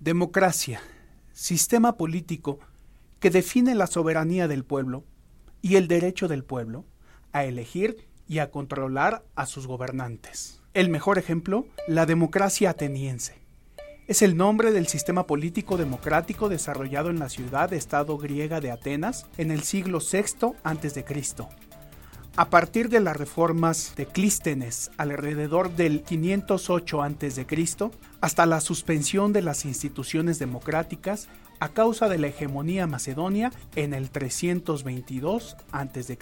Democracia, sistema político que define la soberanía del pueblo y el derecho del pueblo a elegir y a controlar a sus gobernantes. El mejor ejemplo, la democracia ateniense. Es el nombre del sistema político democrático desarrollado en la ciudad-estado griega de Atenas en el siglo VI a.C. A partir de las reformas de Clístenes alrededor del 508 a.C., hasta la suspensión de las instituciones democráticas a causa de la hegemonía macedonia en el 322 a.C.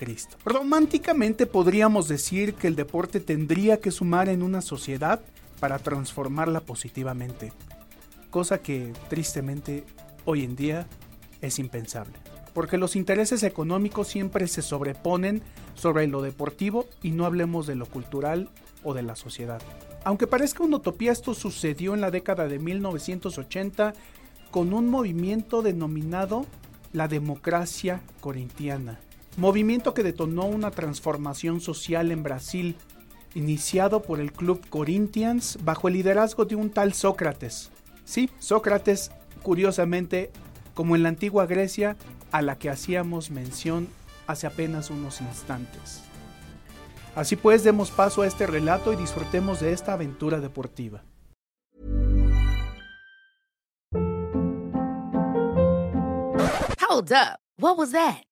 Románticamente podríamos decir que el deporte tendría que sumar en una sociedad para transformarla positivamente, cosa que tristemente hoy en día es impensable porque los intereses económicos siempre se sobreponen sobre lo deportivo y no hablemos de lo cultural o de la sociedad. Aunque parezca una utopía, esto sucedió en la década de 1980 con un movimiento denominado la democracia corintiana, movimiento que detonó una transformación social en Brasil, iniciado por el club Corinthians bajo el liderazgo de un tal Sócrates. Sí, Sócrates, curiosamente, como en la antigua Grecia, a la que hacíamos mención hace apenas unos instantes. Así pues, demos paso a este relato y disfrutemos de esta aventura deportiva. Hold up. What was that?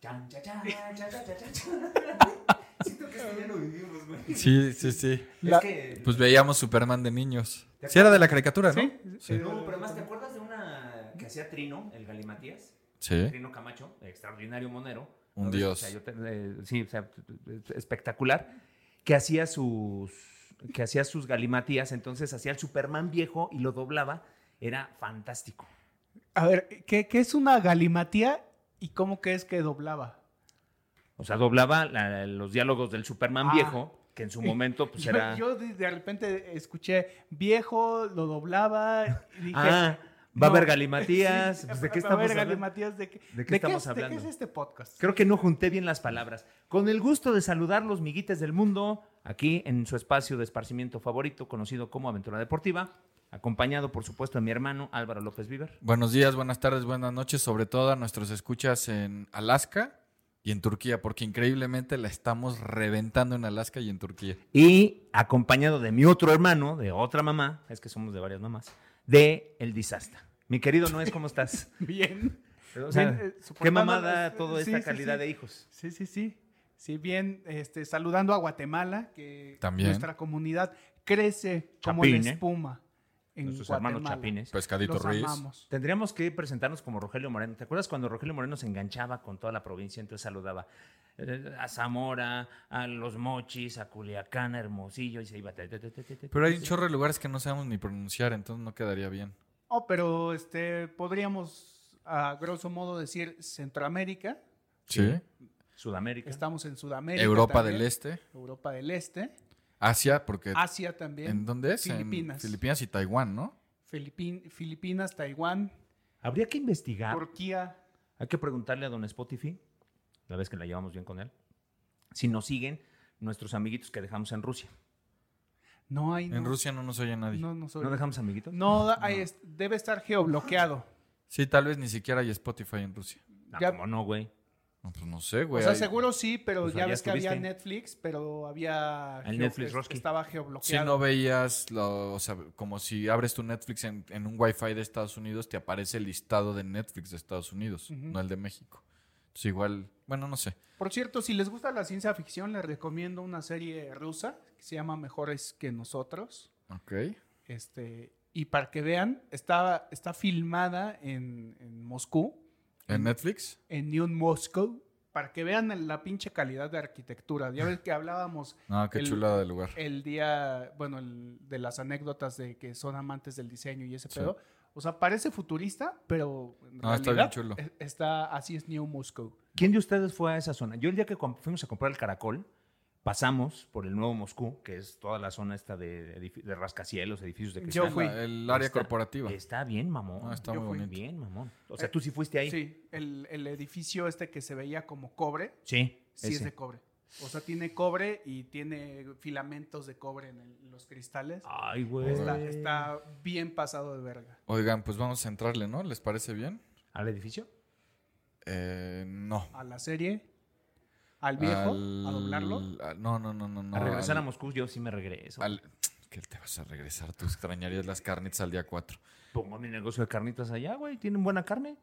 Chan, cha, cha, cha, cha, cha, cha, cha. Siento que esto ya lo vivimos, güey. Sí, sí, sí. La- Es que. Pues veíamos Superman de niños. Sí, era de la caricatura, ¿no? Sí. No, pero más, ¿te acuerdas de una que hacía Trino, el Galimatías? Sí. Trino Camacho, extraordinario monero. Un ¿no? dios. O sea, yo te- eh, sí, o sea, espectacular. Que hacía sus. Que hacía sus galimatías, entonces hacía el Superman viejo y lo doblaba. Era fantástico. A ver, ¿qué, qué es una galimatía y cómo que es que doblaba? O sea, doblaba la- los diálogos del Superman Ah. viejo, que en su momento, pues yo, era. yo de de repente escuché viejo, lo doblaba y dije... ah, va a haber no. galimatías. pues, ¿De qué A ver, estamos hablando? galimatías, ¿de qué, ¿De qué estamos es- ¿De hablando? qué es este podcast? Creo que no junté bien las palabras. Con el gusto de saludar los miguites del mundo, aquí en su espacio de esparcimiento favorito, conocido como Aventura Deportiva, acompañado, por supuesto, de mi hermano Álvaro López Viver. Buenos días, buenas tardes, buenas noches, sobre todo a nuestros escuchas en Alaska y en Turquía, porque increíblemente la estamos reventando en Alaska y en Turquía. Y acompañado de mi otro hermano, de otra mamá, es que somos de varias mamás, de El Disasta. Mi querido Noés, ¿cómo estás? Bien. O sea, Bien, eh, qué soportando mamada las- toda sí, esta sí, calidad sí. de hijos. Sí, sí, sí. Sí, bien, este, saludando a Guatemala, que También. nuestra comunidad crece como Chapín, la ¿eh? espuma en Nuestros Guatemala. hermanos chapines. Pescadito Los Ruiz. amamos. Tendríamos que presentarnos como Rogelio Moreno. ¿Te acuerdas cuando Rogelio Moreno se enganchaba con toda la provincia? Entonces saludaba eh, a Zamora, a los Mochis, a Culiacán, a Hermosillo y se iba. te, te, te, te, te, te. Pero hay un chorro de lugares que no sabemos ni pronunciar, entonces no quedaría bien. Oh, pero este, podríamos, a grosso modo, decir Centroamérica. Sí. Sudamérica. Estamos en Sudamérica. Europa también. del Este, Europa del Este. Asia, porque Asia también. ¿en dónde es? En Filipinas. Filipinas y Taiwán, ¿no? Filipin- Filipinas, Taiwán, Habría que investigar. Turquía. Hay que preguntarle a don Spotify, la vez que la llevamos bien con él, si nos siguen nuestros amiguitos que dejamos en Rusia. No hay. En no, Rusia no nos oye nadie. No, no, soy- ¿No dejamos amiguitos? No, da- ahí es- debe estar geobloqueado. Sí, tal vez ni siquiera hay Spotify en Rusia. Ah, No, ya- ¿cómo no, güey? No, pues no sé, güey. o sea, ahí- seguro sí, pero Pues ya ya ves que había estuviste. Netflix, pero había. El geo- Netflix es- Roski. Estaba Si geobloqueado. no veías, lo- o sea, como si abres tu Netflix en, en un Wi-Fi de Estados Unidos, te aparece el listado de Netflix de Estados Unidos, no el de México. Entonces igual, bueno, no sé. Por cierto, si les gusta la ciencia ficción, les recomiendo una serie rusa que se llama Mejores que nosotros. Ok. Este, y para que vean, está, está filmada en, en Moscú, ¿En Netflix? en New Moscow, para que vean el- la pinche calidad de arquitectura. Ya ves que hablábamos No, qué El- eh, chulada de lugar. el día, bueno, el- de las anécdotas de que son amantes del diseño y ese Sí. pedo. O sea, parece futurista, pero en No, está realidad bien chulo. es- está así es New Moscow. ¿Quién de ustedes fue a esa zona? Yo el día que com- fuimos a comprar el caracol, pasamos por el Nuevo Moscú, que es toda la zona esta de, edifi- de rascacielos, edificios de cristal. Yo fui. Ah, el área Está- corporativa. Está bien, mamón. No, Ah, está Yo muy fui bonito. Bien, mamón. O sea, tú sí fuiste ahí. Sí, el, el edificio este que se veía como cobre, Sí. sí es ese. de cobre. O sea, tiene cobre y tiene filamentos de cobre en el- los cristales. Ay, Ah, güey. Está, está bien pasado de verga. Oigan, pues vamos a entrarle, ¿no? ¿Les parece bien? ¿Al edificio? Eh, no. A la serie, al viejo, a doblarlo. Al- al- no, no, no, no. no a regresar al- a Moscú, yo sí me regreso. al- ¿Qué te vas a regresar? Tú extrañarías las carnitas al día 4. Pongo mi negocio de carnitas allá, güey. Tienen buena carne.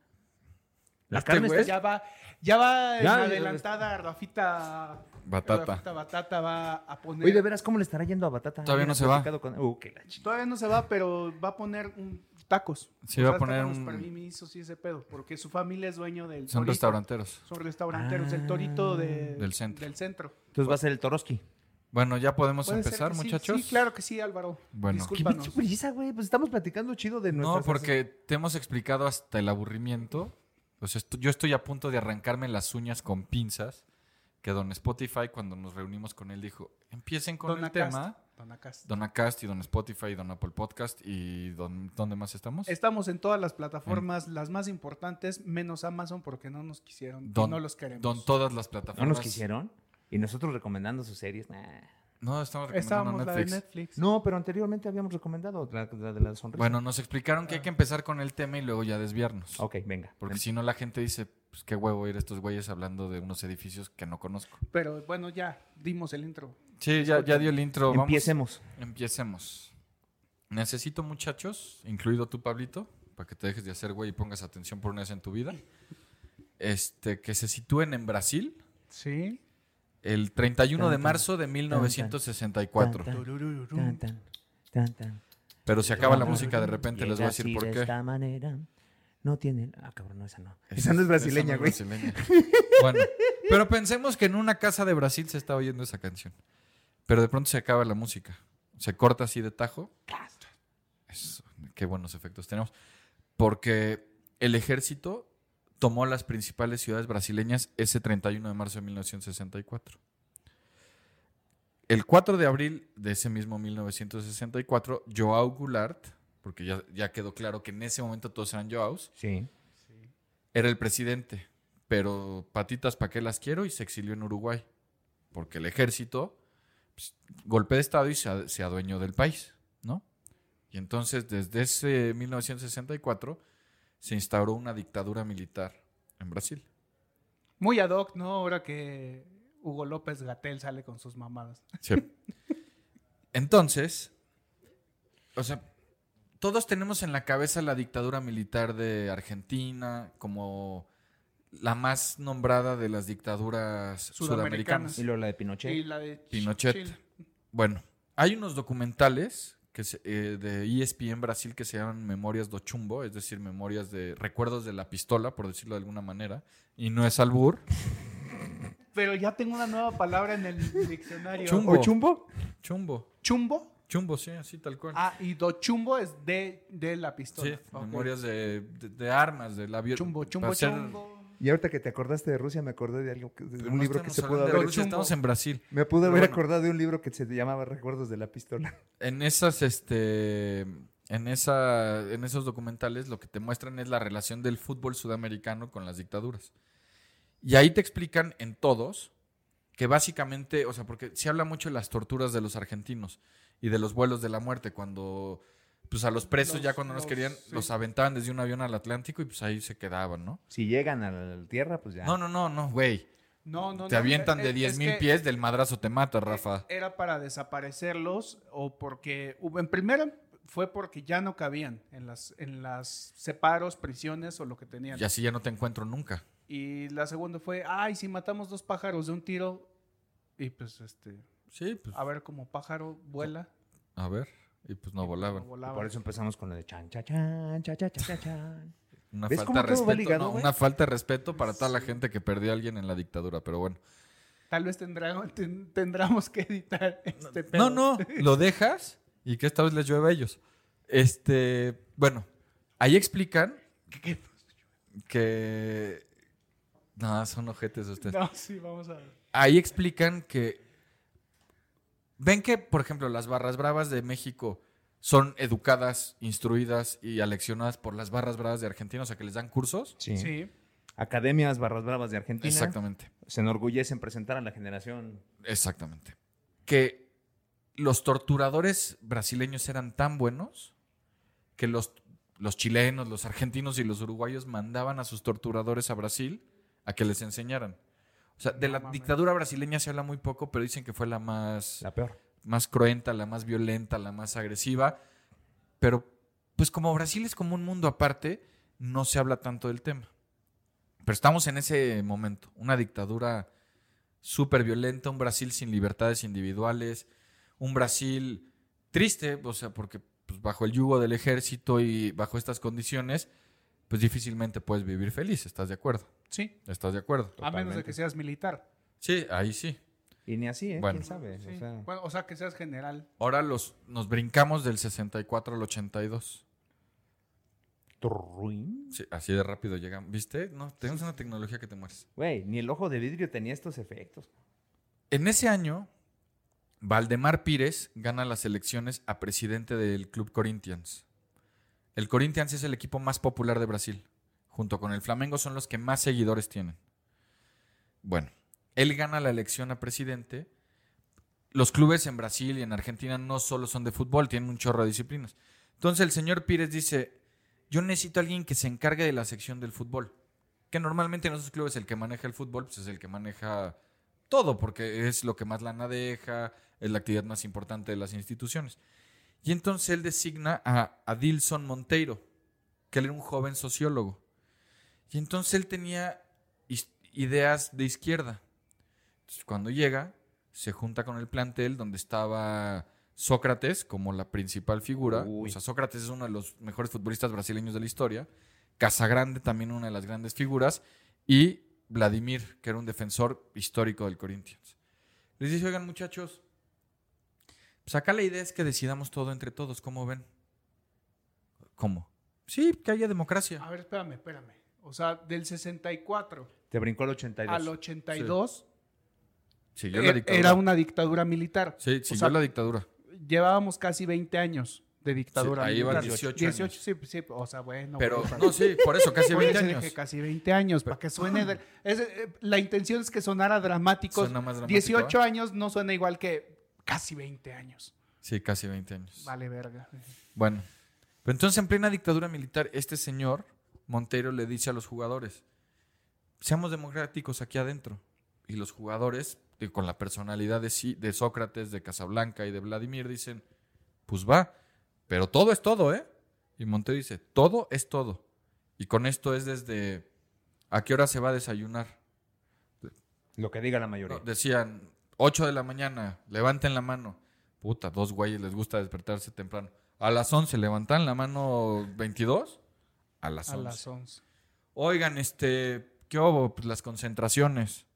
La Este carne güey- está- Ya va, ya va en Ya, ya, adelantada Rafita. Batata. Rafita Batata va a poner. Oye, de veras, ¿cómo le estará yendo a Batata? Todavía no Habíamos se va. platicado con- Uh, qué la chi- Todavía no se va, pero va a poner un- tacos. Sí, va a está poner con los un- permisos y ese pedo, porque su familia es dueño del. Son torito. restauranteros. Son restauranteros, el torito de- Del centro. Del centro. Entonces va a ser el Toroski. Bueno, ya podemos Puede ser empezar, que sí, muchachos. Sí, claro que sí, Álvaro. Bueno. ¿Qué Discúlpanos. pinche prisa, güey? Pues estamos platicando chido de No, nuestras... porque te hemos explicado hasta el aburrimiento. O sea, estu- yo estoy a punto de arrancarme las uñas con pinzas. Que don Spotify, cuando nos reunimos con él, dijo: empiecen con el Acast, tema. Don Acast. Don Acast y don Spotify y don Apple Podcast. ¿Y don, dónde más estamos? Estamos en todas las plataformas, las más importantes, menos Amazon, porque no nos quisieron. y Don- no los queremos. Don todas las ¿No plataformas. nos quisieron? Y nosotros recomendando sus series. nah. No, estamos recomendando Estábamos la de Netflix. Netflix. No, pero anteriormente habíamos recomendado la, la de la sonrisa. Bueno, nos explicaron que hay que Ah. empezar con el tema y luego ya desviarnos. Ok, venga. em, Porque si no, la gente dice: pues, qué huevo ir a estos güeyes hablando de unos edificios que no conozco. Pero bueno, ya dimos el intro. Sí, ya, ya dio el intro. vamos. Empiecemos. Empecemos. Necesito, muchachos, incluido tú, Pablito, para que te dejes de hacer güey y pongas atención por una vez en tu vida, este, que se sitúen en Brasil Sí. el 31 de Tan, tan. marzo de 1964. Tan, tan, tan, tan. Pero se acaba la Tan, música de tan. Y repente, les es voy a decir así, por de qué. esta manera. No tienen... Ah, cabrón, no, esa no. Esa no Esa- es esa no brasileña, es güey. brasileña. bueno, pero pensemos que en una casa de Brasil se está oyendo esa canción. Pero de pronto se acaba la música. Se corta así de tajo. Eso, qué buenos efectos tenemos. Porque el ejército tomó las principales ciudades brasileñas ese 31 de marzo de 1964. El 4 de abril de ese mismo 1964, Joao Goulart, porque ya, ya quedó claro que en ese momento todos eran Joaos, Sí. era el presidente, pero patitas pa' qué las quiero y se exilió en Uruguay, porque el ejército pues, golpeó de estado y se, ad- se adueñó del país, ¿no? Y entonces desde ese 1964 se instauró una dictadura militar en Brasil. Muy ad hoc, ¿no? Ahora que Hugo López Gatel sale con sus mamadas. Entonces, o sea, todos tenemos en la cabeza la dictadura militar de Argentina como la más nombrada de las dictaduras Sudamericanas. sudamericanas. Y luego la de Pinochet. Y la de Ch- Pinochet. Chile. Bueno, hay unos documentales que se- eh, de ESPN Brasil que se llaman Memorias do Chumbo, es decir, memorias de recuerdos de la pistola, por decirlo de alguna manera, y no es albur. Pero ya tengo una nueva palabra en el diccionario. Chumbo. ¿O chumbo? Chumbo, ¿Chumbo? chumbo, sí, así tal cual. Ah, y do chumbo es de, de la sí, pistola. Ok. memorias de, de- de armas, de la violencia. Chumbo, chumbo, chumbo. Y ahorita que te acordaste de Rusia, me acordé de algo, que- pues, de un libro que se pudo puede haber Rusia. hecho. Estamos en Brasil. Me pude haber bueno. acordado de un libro que se llamaba Recuerdos de la Pistola. En esas, este, en esa, en esos documentales lo que te muestran es la relación del fútbol sudamericano con las dictaduras. Y ahí te explican en todos que básicamente, o sea, porque se habla mucho de las torturas de los argentinos y de los vuelos de la muerte cuando pues a los presos Los- ya cuando los los- querían, sí. los aventaban desde un avión al Atlántico y pues ahí se quedaban, ¿no? Si llegan a la tierra, pues ya. No, no, no, no, güey. No, no, Te no, avientan eh, de es 10 mil que eh, pies, del madrazo te mata, Rafa. Era para desaparecerlos o porque, en primera fue porque ya no cabían en las, en las separos, prisiones o lo que tenían. Y así ya no te encuentro nunca. Y la segunda fue, ay, si matamos dos pájaros de un tiro y pues este, Sí, pues. a ver como pájaro vuela. A ver. Y pues no no volaban. Y volaba. Por eso empezamos con lo de chan, chan, chan, chan, chan, chan, chan. Una ¿Ves falta cómo de todo va respeto. ligado, no, güey? una falta de respeto para toda la gente que perdió a alguien en la dictadura, pero bueno. Tal vez tendrá- ten- tendramos que editar este No, pedo. no, lo dejas y que esta vez les llueva a ellos. Este, bueno, ahí explican que... No, son ojetes ustedes. No, sí, vamos a Ahí explican que... Ven que, por ejemplo, las barras bravas de México son educadas, instruidas y aleccionadas por las barras bravas de Argentina, o sea, que les dan cursos. Sí. Sí. Academias Barras Bravas de Argentina Exactamente. se enorgullecen presentar a la generación. Exactamente. Que los torturadores brasileños eran tan buenos que los, los chilenos, los argentinos y los uruguayos mandaban a sus torturadores a Brasil a que les enseñaran. O sea, de No la mames. dictadura brasileña se habla muy poco, pero dicen que fue la más, La peor. más cruenta, la más violenta, la más agresiva. Pero, pues como Brasil es como un mundo aparte, no se habla tanto del tema. Pero estamos en ese momento, una dictadura súper violenta, un Brasil sin libertades individuales, un Brasil triste, o sea, porque pues, bajo el yugo del ejército y bajo estas condiciones, pues difícilmente puedes vivir feliz, ¿estás de acuerdo? Sí, ¿Estás de acuerdo? a menos de que seas militar. Sí, ahí sí. Y ni así, ¿eh? Bueno. ¿Quién sabe? Sí. O sea, Bueno, o sea, que seas general. Ahora los, nos brincamos del 64 al 82. turruín. Sí, así de rápido llegan. ¿Viste? No, tenemos una tecnología que te mueres. Güey, ni el ojo de vidrio tenía estos efectos. En ese año, Valdemar Pires gana las elecciones a presidente del Club Corinthians. El Corinthians es el equipo más popular de Brasil. Junto con el Flamengo son los que más seguidores tienen. Bueno, él gana la elección a presidente. Los clubes en Brasil y en Argentina no solo son de fútbol, tienen un chorro de disciplinas. Entonces el señor Pires dice, yo necesito a alguien que se encargue de la sección del fútbol. Que normalmente en esos clubes el que maneja el fútbol pues, es el que maneja todo, porque es lo que más lana deja, es la actividad más importante de las instituciones. Y entonces él designa a Adilson Monteiro, que él era un joven sociólogo. Y entonces él tenía is- ideas de izquierda. Entonces, cuando llega, se junta con el plantel donde estaba Sócrates como la principal figura. Uy. O sea, Sócrates es uno de los mejores futbolistas brasileños de la historia. Casagrande también una de las grandes figuras. Y Vladimir, que era un defensor histórico del Corinthians. Les dice, oigan muchachos, pues acá la idea es que decidamos todo entre todos, ¿cómo ven? ¿Cómo? Sí, que haya democracia. A ver, espérame, espérame. O sea, del 64 Te brincó al 82. al 82 Siguió er- la dictadura. era una dictadura militar. Sí, o siguió sea, la dictadura. Llevábamos casi 20 años de dictadura Sí, ahí militar. van 18 años. sí, sí, o sea, bueno. pues, Pero, güey, para- no, sí, por eso, casi Por 20 eso dije años. casi 20 años, para que suene. de- es, eh, la intención es que sonara dramático. Suena más dramático, 18 ¿eh? años no suena igual que casi 20 años. Sí, casi 20 años. Vale, verga. Bueno. Pero entonces, en plena dictadura militar, este señor, Montero, le dice a los jugadores: seamos democráticos aquí adentro. Y los jugadores, y con la personalidad de, sí- de Sócrates, de Casablanca y de Vladimir, dicen: Pues va, pero todo es todo, ¿eh? Y Montero dice: Todo es todo. Y con esto es desde: ¿a qué hora se va a desayunar? Lo que diga la mayoría. No, decían 8 de la mañana, levanten la mano. Puta, dos güeyes les gusta despertarse temprano. A las 11 levantan la mano 22. A las A 11. las 11. Oigan, este, ¿qué hubo? Pues las concentraciones.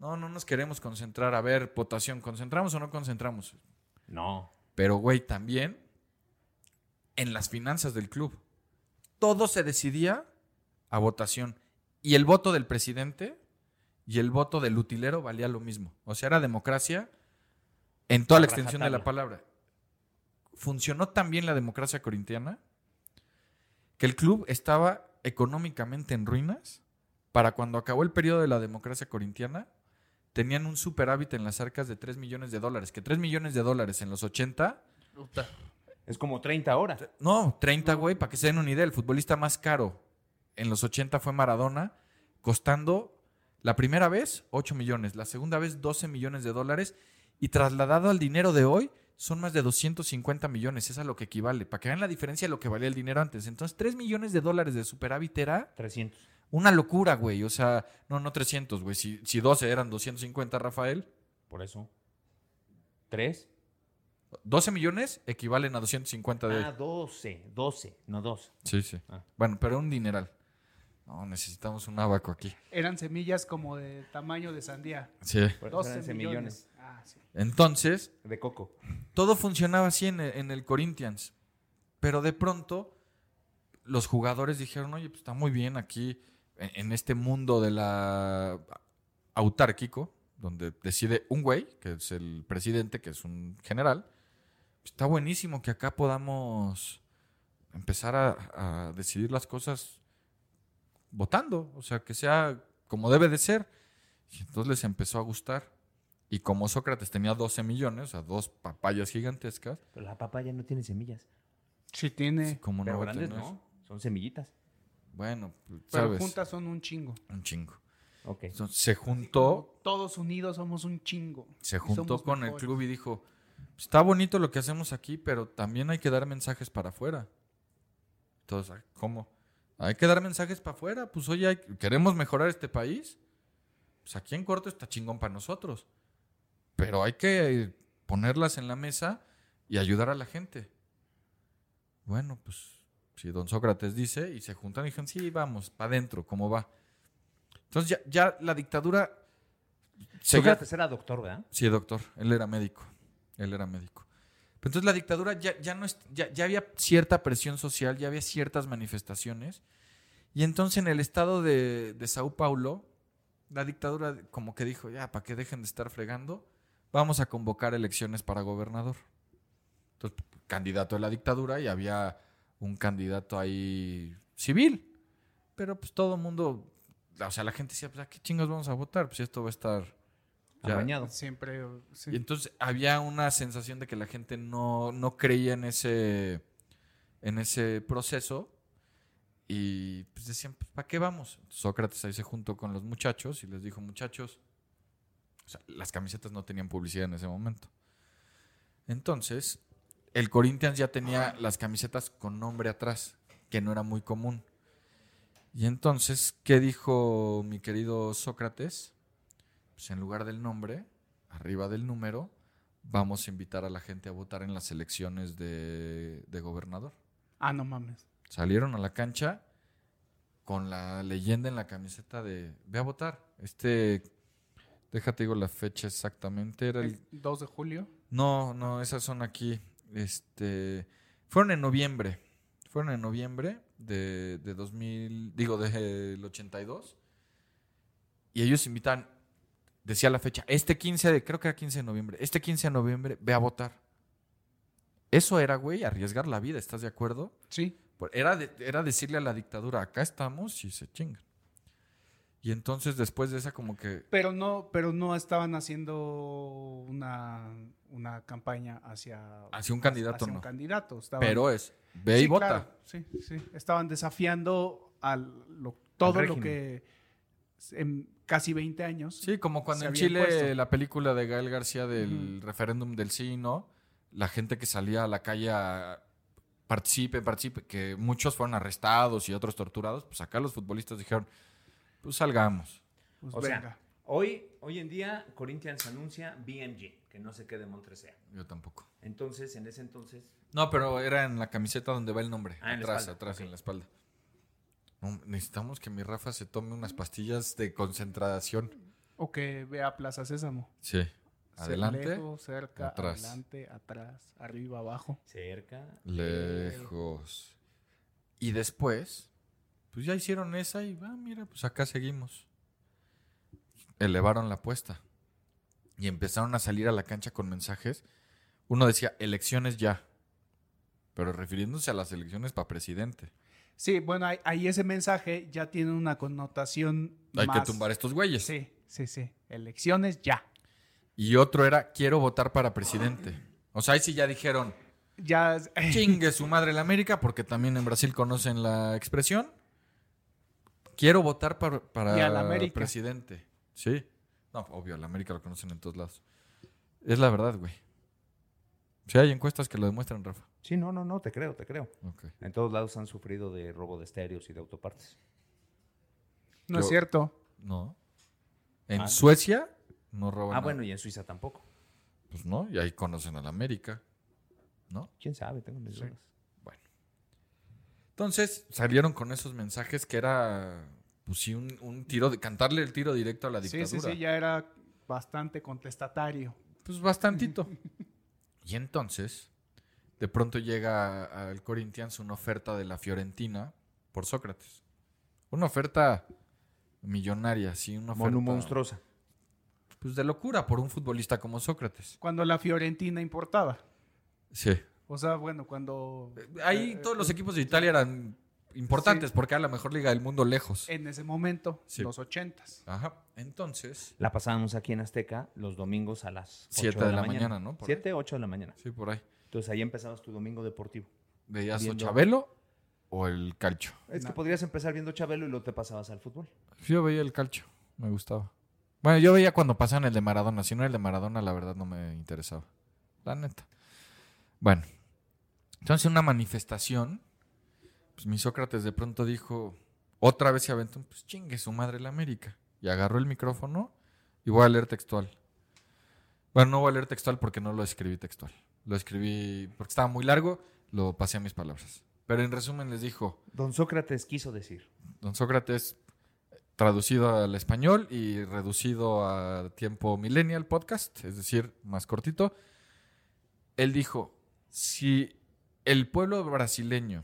No, no nos queremos concentrar. A ver, votación, ¿concentramos o no concentramos? No. Pero, güey, también en las finanzas del club. Todo se decidía a votación. Y el voto del presidente y el voto del utilero valía lo mismo. O sea, era democracia en toda la extensión de la palabra. Funcionó tan bien la democracia corintiana que el club estaba económicamente en ruinas para cuando acabó el periodo de la democracia corintiana tenían un superávit en las arcas de 3 millones de dólares, que 3 millones de dólares en los 80 Es como 30 horas. No, 30, güey, para que se den una idea. El futbolista más caro en los 80 fue Maradona, costando la primera vez 8 millones, la segunda vez 12 millones de dólares y trasladado al dinero de hoy son más de 250 millones. Es a lo que equivale. Para que vean la diferencia de lo que valía el dinero antes. Entonces, 3 millones de dólares de superávit era 300. una locura, güey. O sea, no, no 300, güey. Si, si 12 eran 250, Rafael, Por eso. ¿Tres? 12 millones equivalen a 250 de Ah, 12. 12, no 2. Sí, sí. Ah. Bueno, pero un dineral. No, necesitamos un abaco aquí. Eran semillas como de tamaño de sandía. Sí. Pues 12 millones. Ah, sí. Entonces, De coco. todo funcionaba así en el, en el Corinthians. Pero de pronto, los jugadores dijeron, oye, pues está muy bien aquí, en, en este mundo de la autárquico, donde decide un güey, que es el presidente, que es un general. Está buenísimo que acá podamos empezar a, a decidir las cosas votando, o sea, que sea como debe de ser. Y entonces les empezó a gustar. Y como Sócrates tenía 12 millones, o sea, dos papayas gigantescas, Pero la papaya no tiene semillas. Sí tiene. pues, como Pero no va a grandes tener? no. Son semillitas. Bueno, pues, Pero sabes, juntas son un chingo. un chingo. Ok. Entonces, se juntó, Todos unidos somos un chingo. se Y juntó somos con el mejores. club y dijo, está bonito lo que hacemos aquí, pero también hay que dar mensajes para afuera. Entonces, ah, ¿cómo? Hay que dar mensajes para afuera. Pues oye, hay- queremos mejorar este país. Pues aquí en corto está chingón para nosotros. Pero hay que eh, ponerlas en la mesa y ayudar a la gente. Bueno, pues si don Sócrates dice y se juntan y dijeron, sí, vamos, para adentro, ¿cómo va? Entonces ya, ya la dictadura... seguía- Sócrates era doctor, ¿verdad? Sí, doctor. Él era médico. Él era médico. Pero entonces la dictadura ya, ya no es- ya, ya había cierta presión social, ya había ciertas manifestaciones. Y entonces en el estado de, de Sao Paulo, la dictadura como que dijo, ya, para que dejen de estar fregando, vamos a convocar elecciones para gobernador. Entonces, candidato de la dictadura y había un candidato ahí civil. Pero pues todo el mundo, o sea, la gente decía, pues a qué chingos vamos a votar, pues esto va a estar... ya- Amañado. Siempre. sí. y entonces había una sensación de que la gente no, no creía en ese, en ese proceso y pues decían, ¿para qué vamos? Sócrates ahí se juntó con los muchachos y les dijo, muchachos, o sea, las camisetas no tenían publicidad en ese momento. Entonces, el Corinthians ya tenía las camisetas con nombre atrás, que no era muy común. Y entonces, ¿qué dijo mi querido Sócrates? Pues en lugar del nombre, arriba del número, vamos a invitar a la gente a votar en las elecciones de, de gobernador. Ah, no mames. Salieron a la cancha con la leyenda en la camiseta de ve a votar. Este, déjate digo la fecha exactamente, era el El 2 de julio. no, no, esas son aquí. Este, fueron en noviembre. Fueron en noviembre de, de 2000, digo, del 82. Y ellos invitan, decía la fecha, este 15 de, creo que era 15 de noviembre, este 15 de noviembre ve a votar. Eso era, güey, arriesgar la vida, ¿estás de acuerdo? Sí. Por- Era, de- era decirle a la dictadura, acá estamos y se chingan. Y entonces después de esa como que Pero no, pero no estaban haciendo una, una campaña hacia, Hacia un candidato, hacia un no. candidato. Estaban- Pero es, ve y Sí, vota. claro, sí, sí. Estaban desafiando al, lo- todo lo régimen. que en casi 20 años. Sí, como cuando se en había Chile impuesto. la película de Gael García del referéndum del sí y no, la gente que salía a la calle a participe, participe, que muchos fueron arrestados y otros torturados, pues acá los futbolistas dijeron, pues salgamos. Pues O sea, venga. Hoy, hoy en día, Corinthians anuncia BMG, que no sé qué de Montresea. Yo tampoco. Entonces, en ese entonces, No, pero era en la camiseta donde va el nombre, Ah, en la atrás, espalda, atrás, ok. en la espalda. No, necesitamos que mi Rafa se tome unas pastillas de concentración. o que vea Plaza Sésamo. Sí. Se- Adelante. lejos, cerca, atrás. adelante, atrás, arriba, abajo. cerca. Lejos. Y después, pues ya hicieron esa y, ah, mira, pues acá seguimos. Elevaron la apuesta. Y empezaron a salir a la cancha con mensajes. Uno decía, elecciones ya. Pero refiriéndose a las elecciones para presidente. Sí, bueno, ahí, ahí ese mensaje ya tiene una connotación Hay más- que tumbar este. estos güeyes. Sí, sí, sí. Elecciones ya. Y otro era, quiero votar para presidente. O sea, ahí sí ya dijeron, Ya. Chingue su madre la América, porque también en Brasil conocen la expresión. Quiero votar para, para Y a la América. presidente. Sí. No, obvio, la América lo conocen en todos lados. Es la verdad, güey. Sí, hay encuestas que lo demuestran, Rafa. Sí, no, no, no, te creo, te creo. Ok. En todos lados han sufrido de robo de estéreos y de autopartes. No es Yo- cierto. No. En Suecia no roban. ah, nada. bueno, y en Suiza tampoco. Pues no, y ahí conocen a la América. ¿No? ¿Quién sabe? Tengo mis dudas. Entonces salieron con esos mensajes que era, pues sí, un, un tiro de cantarle el tiro directo a la Sí, dictadura. sí, sí, ya era bastante contestatario. Pues bastantito. y entonces, de pronto llega al Corinthians una oferta de la Fiorentina por Sócrates. Una oferta millonaria, sí, una oferta. Monu monstruosa. Pues de locura por un futbolista como Sócrates. Cuando la Fiorentina importaba. Sí. O sea, bueno, cuando. Eh, eh, Ahí todos los equipos de Italia eran importantes porque era la mejor liga del mundo lejos. En ese momento, Sí. los ochentas. Ajá. Entonces, La pasábamos aquí en Azteca los domingos a las ocho Siete de la mañana, ¿no? Por ahí. 7, 8 de la mañana. sí, por ahí. Entonces ahí empezabas tu domingo deportivo. ¿Veías o Viendo- Chabelo o el calcho? Es que podrías empezar viendo Chabelo y luego te pasabas al fútbol. Yo veía el calcho, me gustaba. Bueno, yo veía cuando pasaban el de Maradona. Si no era el de Maradona, la verdad no me interesaba. La neta. Bueno, entonces en una manifestación, pues mi Sócrates de pronto dijo, otra vez se aventó, pues chingue su madre la América. Y agarró el micrófono y voy a leer textual. Bueno, no voy a leer textual porque no lo escribí textual. Lo escribí porque estaba muy largo, lo pasé a mis palabras. Pero en resumen les dijo, Don Sócrates quiso decir. Don Sócrates traducido al español y reducido a tiempo millennial podcast, es decir, más cortito. Él dijo, si el pueblo brasileño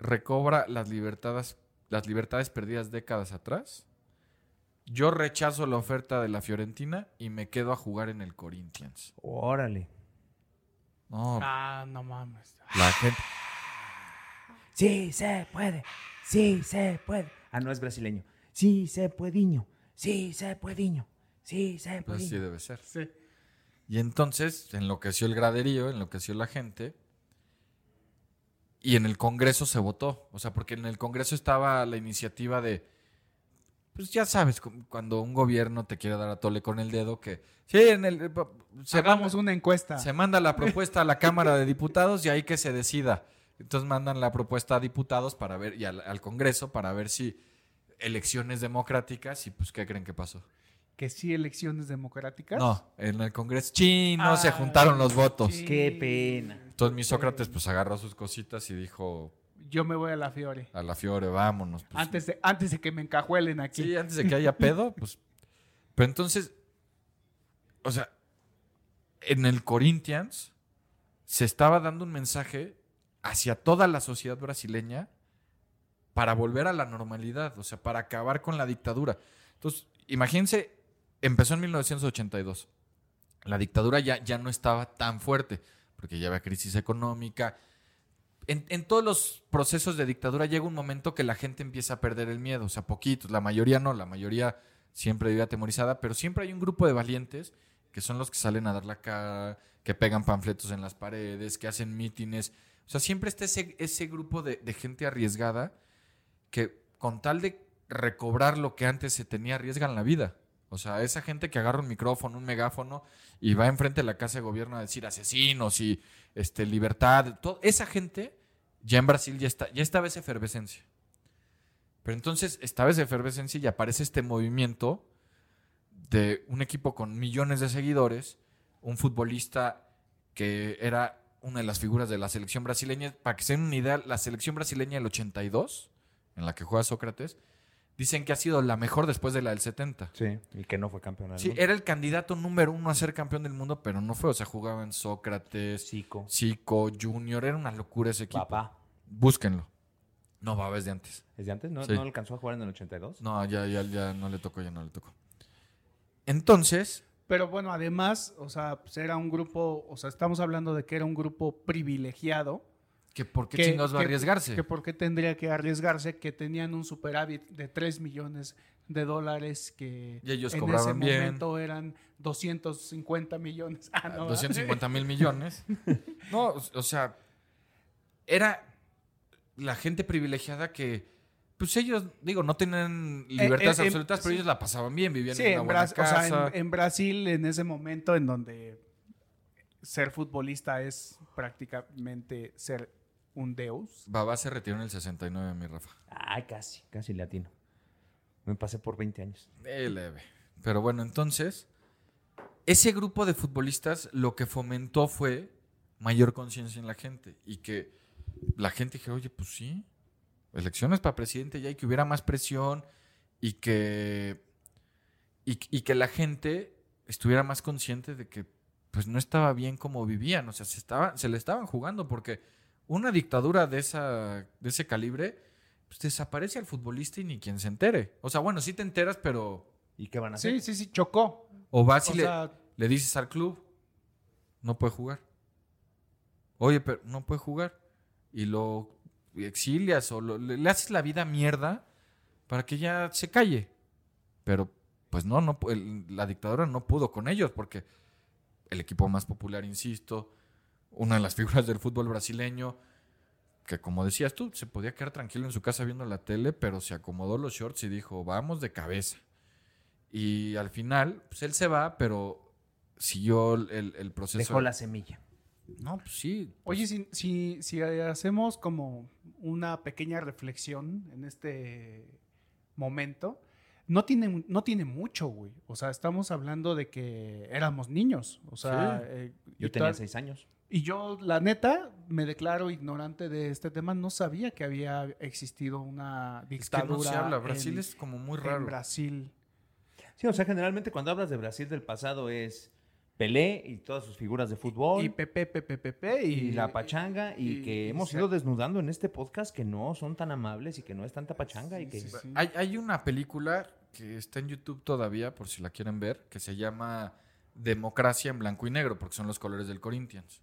recobra las libertades, las libertades perdidas décadas atrás, yo rechazo la oferta de la Fiorentina y me quedo a jugar en el Corinthians. Órale. No, Ah, no mames. la gente... Sí se puede. Sí se puede. Ah, no es brasileño. Sí se puediño. Sí se puediño. Sí se Pues así puediño. debe ser. Sí. Y entonces enloqueció el graderío, enloqueció la gente. Y en el Congreso se votó. O sea, porque en el Congreso estaba la iniciativa de. Pues ya sabes, cu- cuando un gobierno te quiere dar a tole con el dedo, que. Sí, en el. Se Hagamos manda- una encuesta. se manda la propuesta a la Cámara de Diputados y ahí que se decida. Entonces mandan la propuesta a diputados para ver, y al, al Congreso para ver si elecciones democráticas y pues qué creen que pasó. Que sí, elecciones democráticas. Ah, No, en el Congreso. Chin, no se Ay, juntaron los votos. chin. Qué pena. Entonces mi Sócrates pues agarró sus cositas y dijo Yo me voy a la Fiore. a la Fiore, vámonos. Ah, pues. Antes de, antes de que me encajuelen aquí. Sí, antes de que haya pedo, pues. Pero entonces, o sea, en el Corinthians se estaba dando un mensaje hacia toda la sociedad brasileña para volver a la normalidad, o sea, para acabar con la dictadura. Entonces, imagínense, empezó en 1982. La dictadura ya, ya no estaba tan fuerte, porque ya había crisis económica. En, en todos los procesos de dictadura llega un momento que la gente empieza a perder el miedo, o sea, poquitos, la mayoría no, la mayoría siempre vive atemorizada, pero siempre hay un grupo de valientes que son los que salen a dar la cara, que pegan panfletos en las paredes, que hacen mítines. O sea, siempre está ese, ese grupo de, de gente arriesgada que con tal de recobrar lo que antes se tenía, arriesgan la vida. O sea, esa gente que agarra un micrófono, un megáfono y va enfrente de la casa de gobierno a decir asesinos y este, libertad, todo, esa gente ya en Brasil ya, está, ya estaba esa efervescencia. Pero entonces estaba esa efervescencia y aparece este movimiento de un equipo con millones de seguidores, un futbolista que era una de las figuras de la selección brasileña. Para que se den una idea, la selección brasileña del 82, en la que juega Sócrates, dicen que ha sido la mejor después de la del 70. Sí, y que no fue campeón del Sí, eh, mundo. era el candidato número uno a ser campeón del mundo, pero no fue. O sea, jugaban Sócrates, Zico, Zico, Junior. Era una locura ese equipo. papá. Búsquenlo. No, babes de antes. ¿Desde antes? ¿No, Sí. ¿No alcanzó a jugar en el 82? No, ya, ya, ya no le tocó, ya no le tocó. Entonces, Pero bueno, además, o sea, pues era un grupo, o sea, estamos hablando de que era un grupo privilegiado. ¿que ¿por qué que- chingados va a que- arriesgarse? Que por qué tendría que arriesgarse, que tenían un superávit de 3 millones de dólares que Y ellos en ese cobraban bien. momento eran 250 millones. Ah, no, ¿verdad? 250 mil millones. No, o o sea, era la gente privilegiada que, pues ellos, digo, no tenían libertades eh, eh, absolutas, pero sí. ellos la pasaban bien, vivían Sí, en una en, buena Bras- o sea, en- casa. en Brasil, en ese momento en donde ser futbolista es prácticamente ser un deus. Babá se retiró en el 69, mi Rafa. Ay, casi, casi latino. Me pasé por 20 años. Eh, leve. Pero bueno, entonces, ese grupo de futbolistas lo que fomentó fue mayor conciencia en la gente y que la gente dijera, oye, pues sí, elecciones para presidente ya y que hubiera más presión y que, y, y que la gente estuviera más consciente de que pues no estaba bien como vivían, o sea, se, estaba, se le estaban jugando porque una dictadura de, esa, de ese calibre pues, desaparece al futbolista y ni quien se entere. O sea, bueno, sí te enteras, pero ¿Y qué van a hacer? Sí, sí, sí, chocó. o vas y O le, sea, le dices al club, no puede jugar. Oye, pero no puede jugar. Y lo exilias o lo- le, le haces la vida mierda para que ya se calle. Pero pues no, no pu- el- la dictadura no pudo con ellos porque el equipo más popular, insisto, una de las figuras del fútbol brasileño, que como decías tú, se podía quedar tranquilo en su casa viendo la tele, pero se acomodó los shorts y dijo, vamos de cabeza. Y al final, pues él se va, pero siguió el, el proceso. Dejó la semilla. No, pues sí. pues, Oye, si, si, si hacemos como una pequeña reflexión en este momento, no tiene, no tiene mucho, güey. O sea, estamos hablando de que éramos niños. O sea, Sí. eh, Yo y tenía tal- 6 años. Y yo, la neta, me declaro ignorante de este tema. No sabía que había existido una es que dictadura no se habla. en- Brasil es como muy en raro. Brasil. Sí, o sea, generalmente cuando hablas de Brasil del pasado es Pelé y todas sus figuras de fútbol. Y Y Pepe, Pepe, Pepe. Y, la pachanga, Eh, y, y- que y hemos se- ido desnudando en este podcast que no son tan amables y que no es tanta pachanga. y que Sí, sí. Hay, hay una película que está en YouTube todavía, por si la quieren ver, que se llama Democracia en blanco y negro, porque son los colores del Corinthians.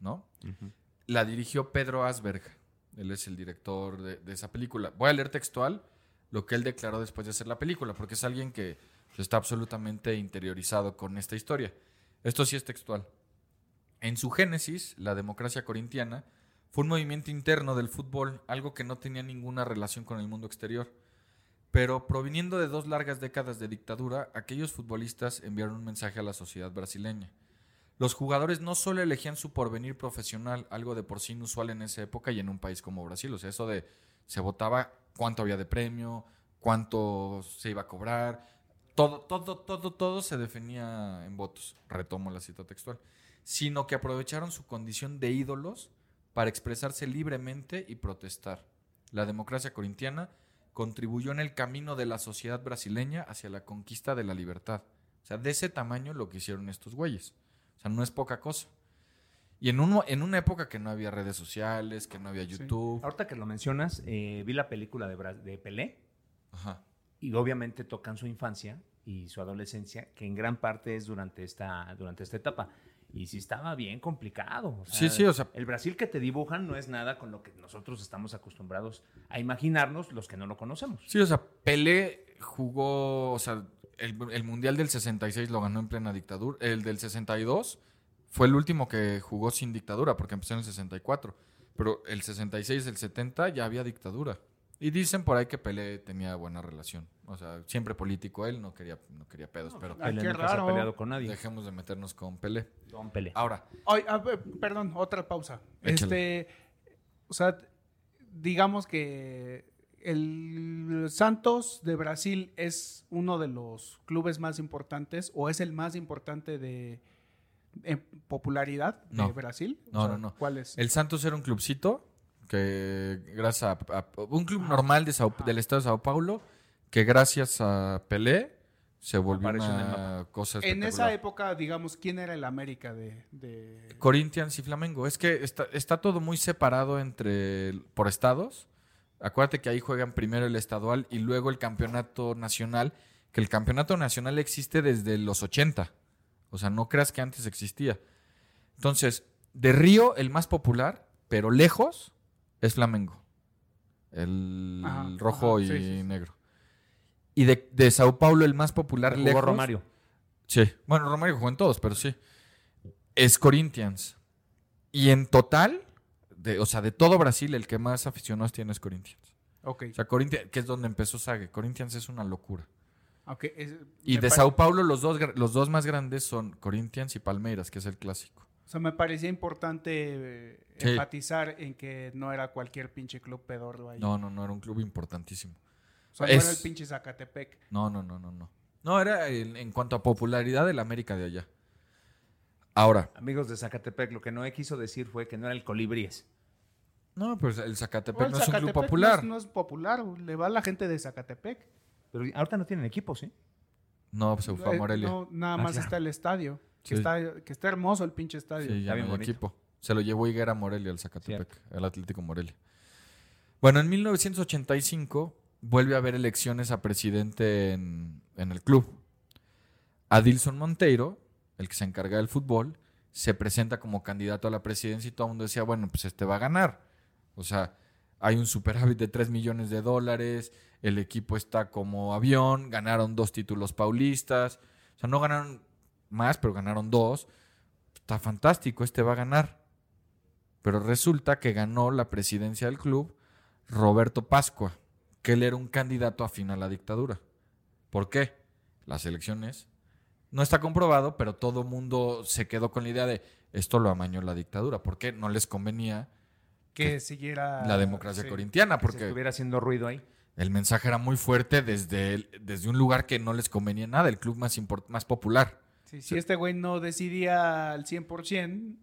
¿no? La dirigió Pedro Asberg. Él es el director de, de esa película. Voy a leer textual lo que él declaró después de hacer la película, porque es alguien que está absolutamente interiorizado con esta historia. Esto sí es textual. En su génesis, la democracia corintiana fue un movimiento interno del fútbol, algo que no tenía ninguna relación con el mundo exterior. Pero proviniendo de dos largas décadas de dictadura, aquellos futbolistas enviaron un mensaje a la sociedad brasileña. Los jugadores no solo elegían su porvenir profesional, algo de por sí inusual en esa época y en un país como Brasil, o sea, eso de se votaba cuánto había de premio, cuánto se iba a cobrar, todo, todo, todo, todo se definía en votos, retomo la cita textual, sino que aprovecharon su condición de ídolos para expresarse libremente y protestar. La democracia corintiana contribuyó en el camino de la sociedad brasileña hacia la conquista de la libertad. O sea, de ese tamaño lo que hicieron estos güeyes. O sea, no es poca cosa. Y en, un, mo- en una época que no había redes sociales, que no había Sí. YouTube. Ahorita que lo mencionas, eh, vi la película de, Bra- de Pelé Ajá. y obviamente tocan su infancia y su adolescencia, que en gran parte es durante esta, durante esta etapa. Y sí estaba bien complicado. o sea, Sí, sí, o sea- El Brasil que te dibujan no es nada con lo que nosotros estamos acostumbrados a imaginarnos los que no lo conocemos. Sí, o sea, Pelé jugó, o sea, el, el Mundial del 66 lo ganó en plena dictadura. El del 62 fue el último que jugó sin dictadura, porque empezó en el 64. Pero el 66, el 70 ya había dictadura. Y dicen por ahí que Pelé tenía buena relación. O sea, siempre político él, no quería, no quería pedos, pero Ay, Pelé qué nunca se ha raro. peleado con nadie. dejemos de meternos con Pelé. Don Pelé. Ahora, Ay, a ver, perdón, otra pausa. Échale. Este, o sea, digamos que el Santos de Brasil es uno de los clubes más importantes o es el más importante de en popularidad de No. Brasil. O No, sea, no, no. ¿Cuál es? El Santos era un clubcito que gracias a, a- un club normal de Sao- del estado de Sao Paulo que gracias a Pelé se volvió Apareció en el una cosa En espectacular. esa época, digamos, ¿quién era el América de...? de- Corinthians y Flamengo. Es que está, está todo muy separado entre el- por estados. Acuérdate que ahí juegan primero el estadual y luego el campeonato nacional, que el campeonato nacional existe desde los 80. O sea, no creas que antes existía. Entonces, de Río, el más popular, pero lejos, es Flamengo. El Ajá, rojo ajá, y sí, sí, sí. negro. Y de, de Sao Paulo, el más popular, Jugó lejos, Romario. Sí. Bueno, Romario jugó en todos, pero sí. Es Corinthians. Y en total, de, o sea, de todo Brasil, el que más aficionados tiene es Corinthians. Ok, O sea, Corinthians, que es donde empezó Sague. Corinthians es una locura. ok. es- me Y de pare- Sao Paulo, los dos, gra- los dos más grandes son Corinthians y Palmeiras, que es el clásico. O sea, me parecía importante eh, Sí. enfatizar en que no era cualquier pinche club pedorro ahí. No, no, no, era un club importantísimo. o sea, no es- era el pinche Zacatepec. No, no, no, no, no. No, era en, en cuanto a popularidad del América de allá. Ahora, Amigos de Zacatepec, lo que Noé quiso decir fue que no era el Colibríes. no, pues el Zacatepec Bueno, no es un club Zacatepec no popular. es- No es, popular, le va a la gente de Zacatepec. Pero ahorita no tienen equipos, ¿eh? No, pues se fue a Eh, Morelia. no, nada Ah, más claro. está el estadio. Sí. Que, está, que está hermoso el pinche estadio. Sí, ya bien no hay bonito. equipo. Se lo llevó Higuera a Morelia al Zacatepec, al Atlético Morelia. Bueno, en 1985 vuelve a haber elecciones a presidente en, en el club. Adilson Monteiro, el que se encarga del fútbol, se presenta como candidato a la presidencia y todo el mundo decía, bueno, pues este va a ganar. O sea, hay un superávit de 3 millones de dólares, el equipo está como avión, ganaron dos títulos paulistas, o sea, no ganaron más, pero ganaron dos está fantástico, este va a ganar. Pero resulta que ganó la presidencia del club Roberto Pascua, que él era un candidato afín a la dictadura. ¿Por qué? Las elecciones. No está comprobado, pero todo mundo se quedó con la idea de esto lo amañó la dictadura. ¿Por qué? No les convenía Que siguiera... la democracia Ah, sí. corintiana, Porque porque estuviera haciendo ruido ahí. el mensaje era muy fuerte desde, el- desde un lugar que no les convenía nada, el club más, import- más popular. Sí, si este güey no decidía al 100%,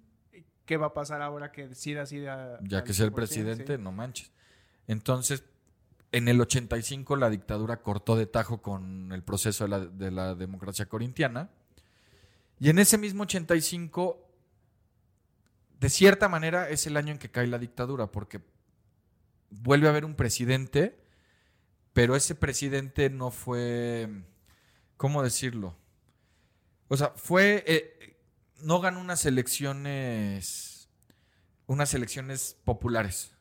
¿qué va a pasar ahora que decida así? a- ya al que es el 100%? presidente, Sí. no manches. Entonces, en el 85 la dictadura cortó de tajo con el proceso de la, de la democracia corintiana. Y en ese mismo 85, de cierta manera, es el año en que cae la dictadura, porque vuelve a haber un presidente, pero ese presidente no fue, ¿cómo decirlo? O sea, fue, eh, no ganó unas elecciones unas elecciones populares.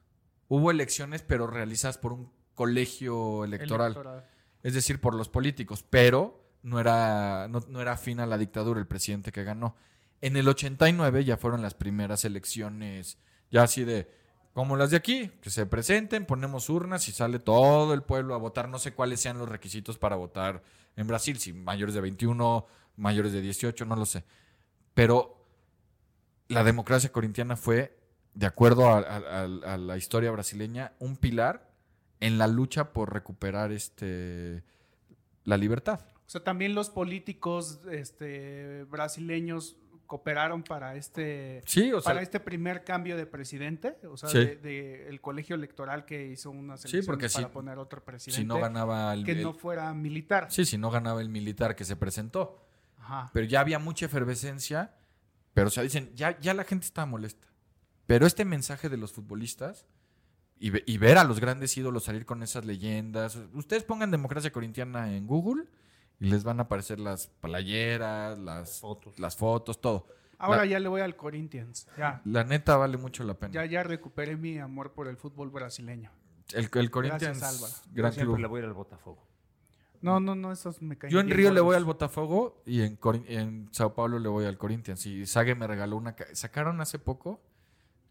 Hubo elecciones, pero realizadas por un colegio electoral, Electoral. es decir, por los políticos, pero no era, no, no era afín a la dictadura el presidente que ganó. En el 89 ya fueron las primeras elecciones, ya así de, como las de aquí, que se presenten, ponemos urnas y sale todo el pueblo a votar. No sé cuáles sean los requisitos para votar en Brasil, si mayores de 21, mayores de 18, no lo sé. Pero la democracia corintiana fue, de acuerdo a, a- a- a la historia brasileña, un pilar en la lucha por recuperar este, la libertad. O sea, también los políticos este, brasileños cooperaron para este... Sí, o para sea, este primer cambio de presidente, o sea, Sí. del colegio electoral que hizo unas Sí, elecciones porque para si- poner otro presidente si no ganaba el, que el- no fuera militar. sí, si no ganaba el militar que se presentó. Ajá. Pero ya había mucha efervescencia, pero o sea, dicen, ya, ya la gente está molesta. Pero este mensaje de los futbolistas y, ve- y ver a los grandes ídolos salir con esas leyendas, ustedes pongan democracia corintiana en Google y les van a aparecer las playeras, las Fotos. las fotos todo. Ahora la- ya le voy al Corinthians. Ya, La neta vale mucho la pena. ya, ya recuperé mi amor por el fútbol brasileño. El, el Corinthians, Gracias, Álvaro. gran Yo siempre club. le voy a ir al Botafogo. No, no, no, esos me caen Yo en bien Río le voy al gordos. Botafogo y en, Corin- en Sao Paulo le voy al Corinthians. Y Sague me regaló una... ca- Sacaron hace poco,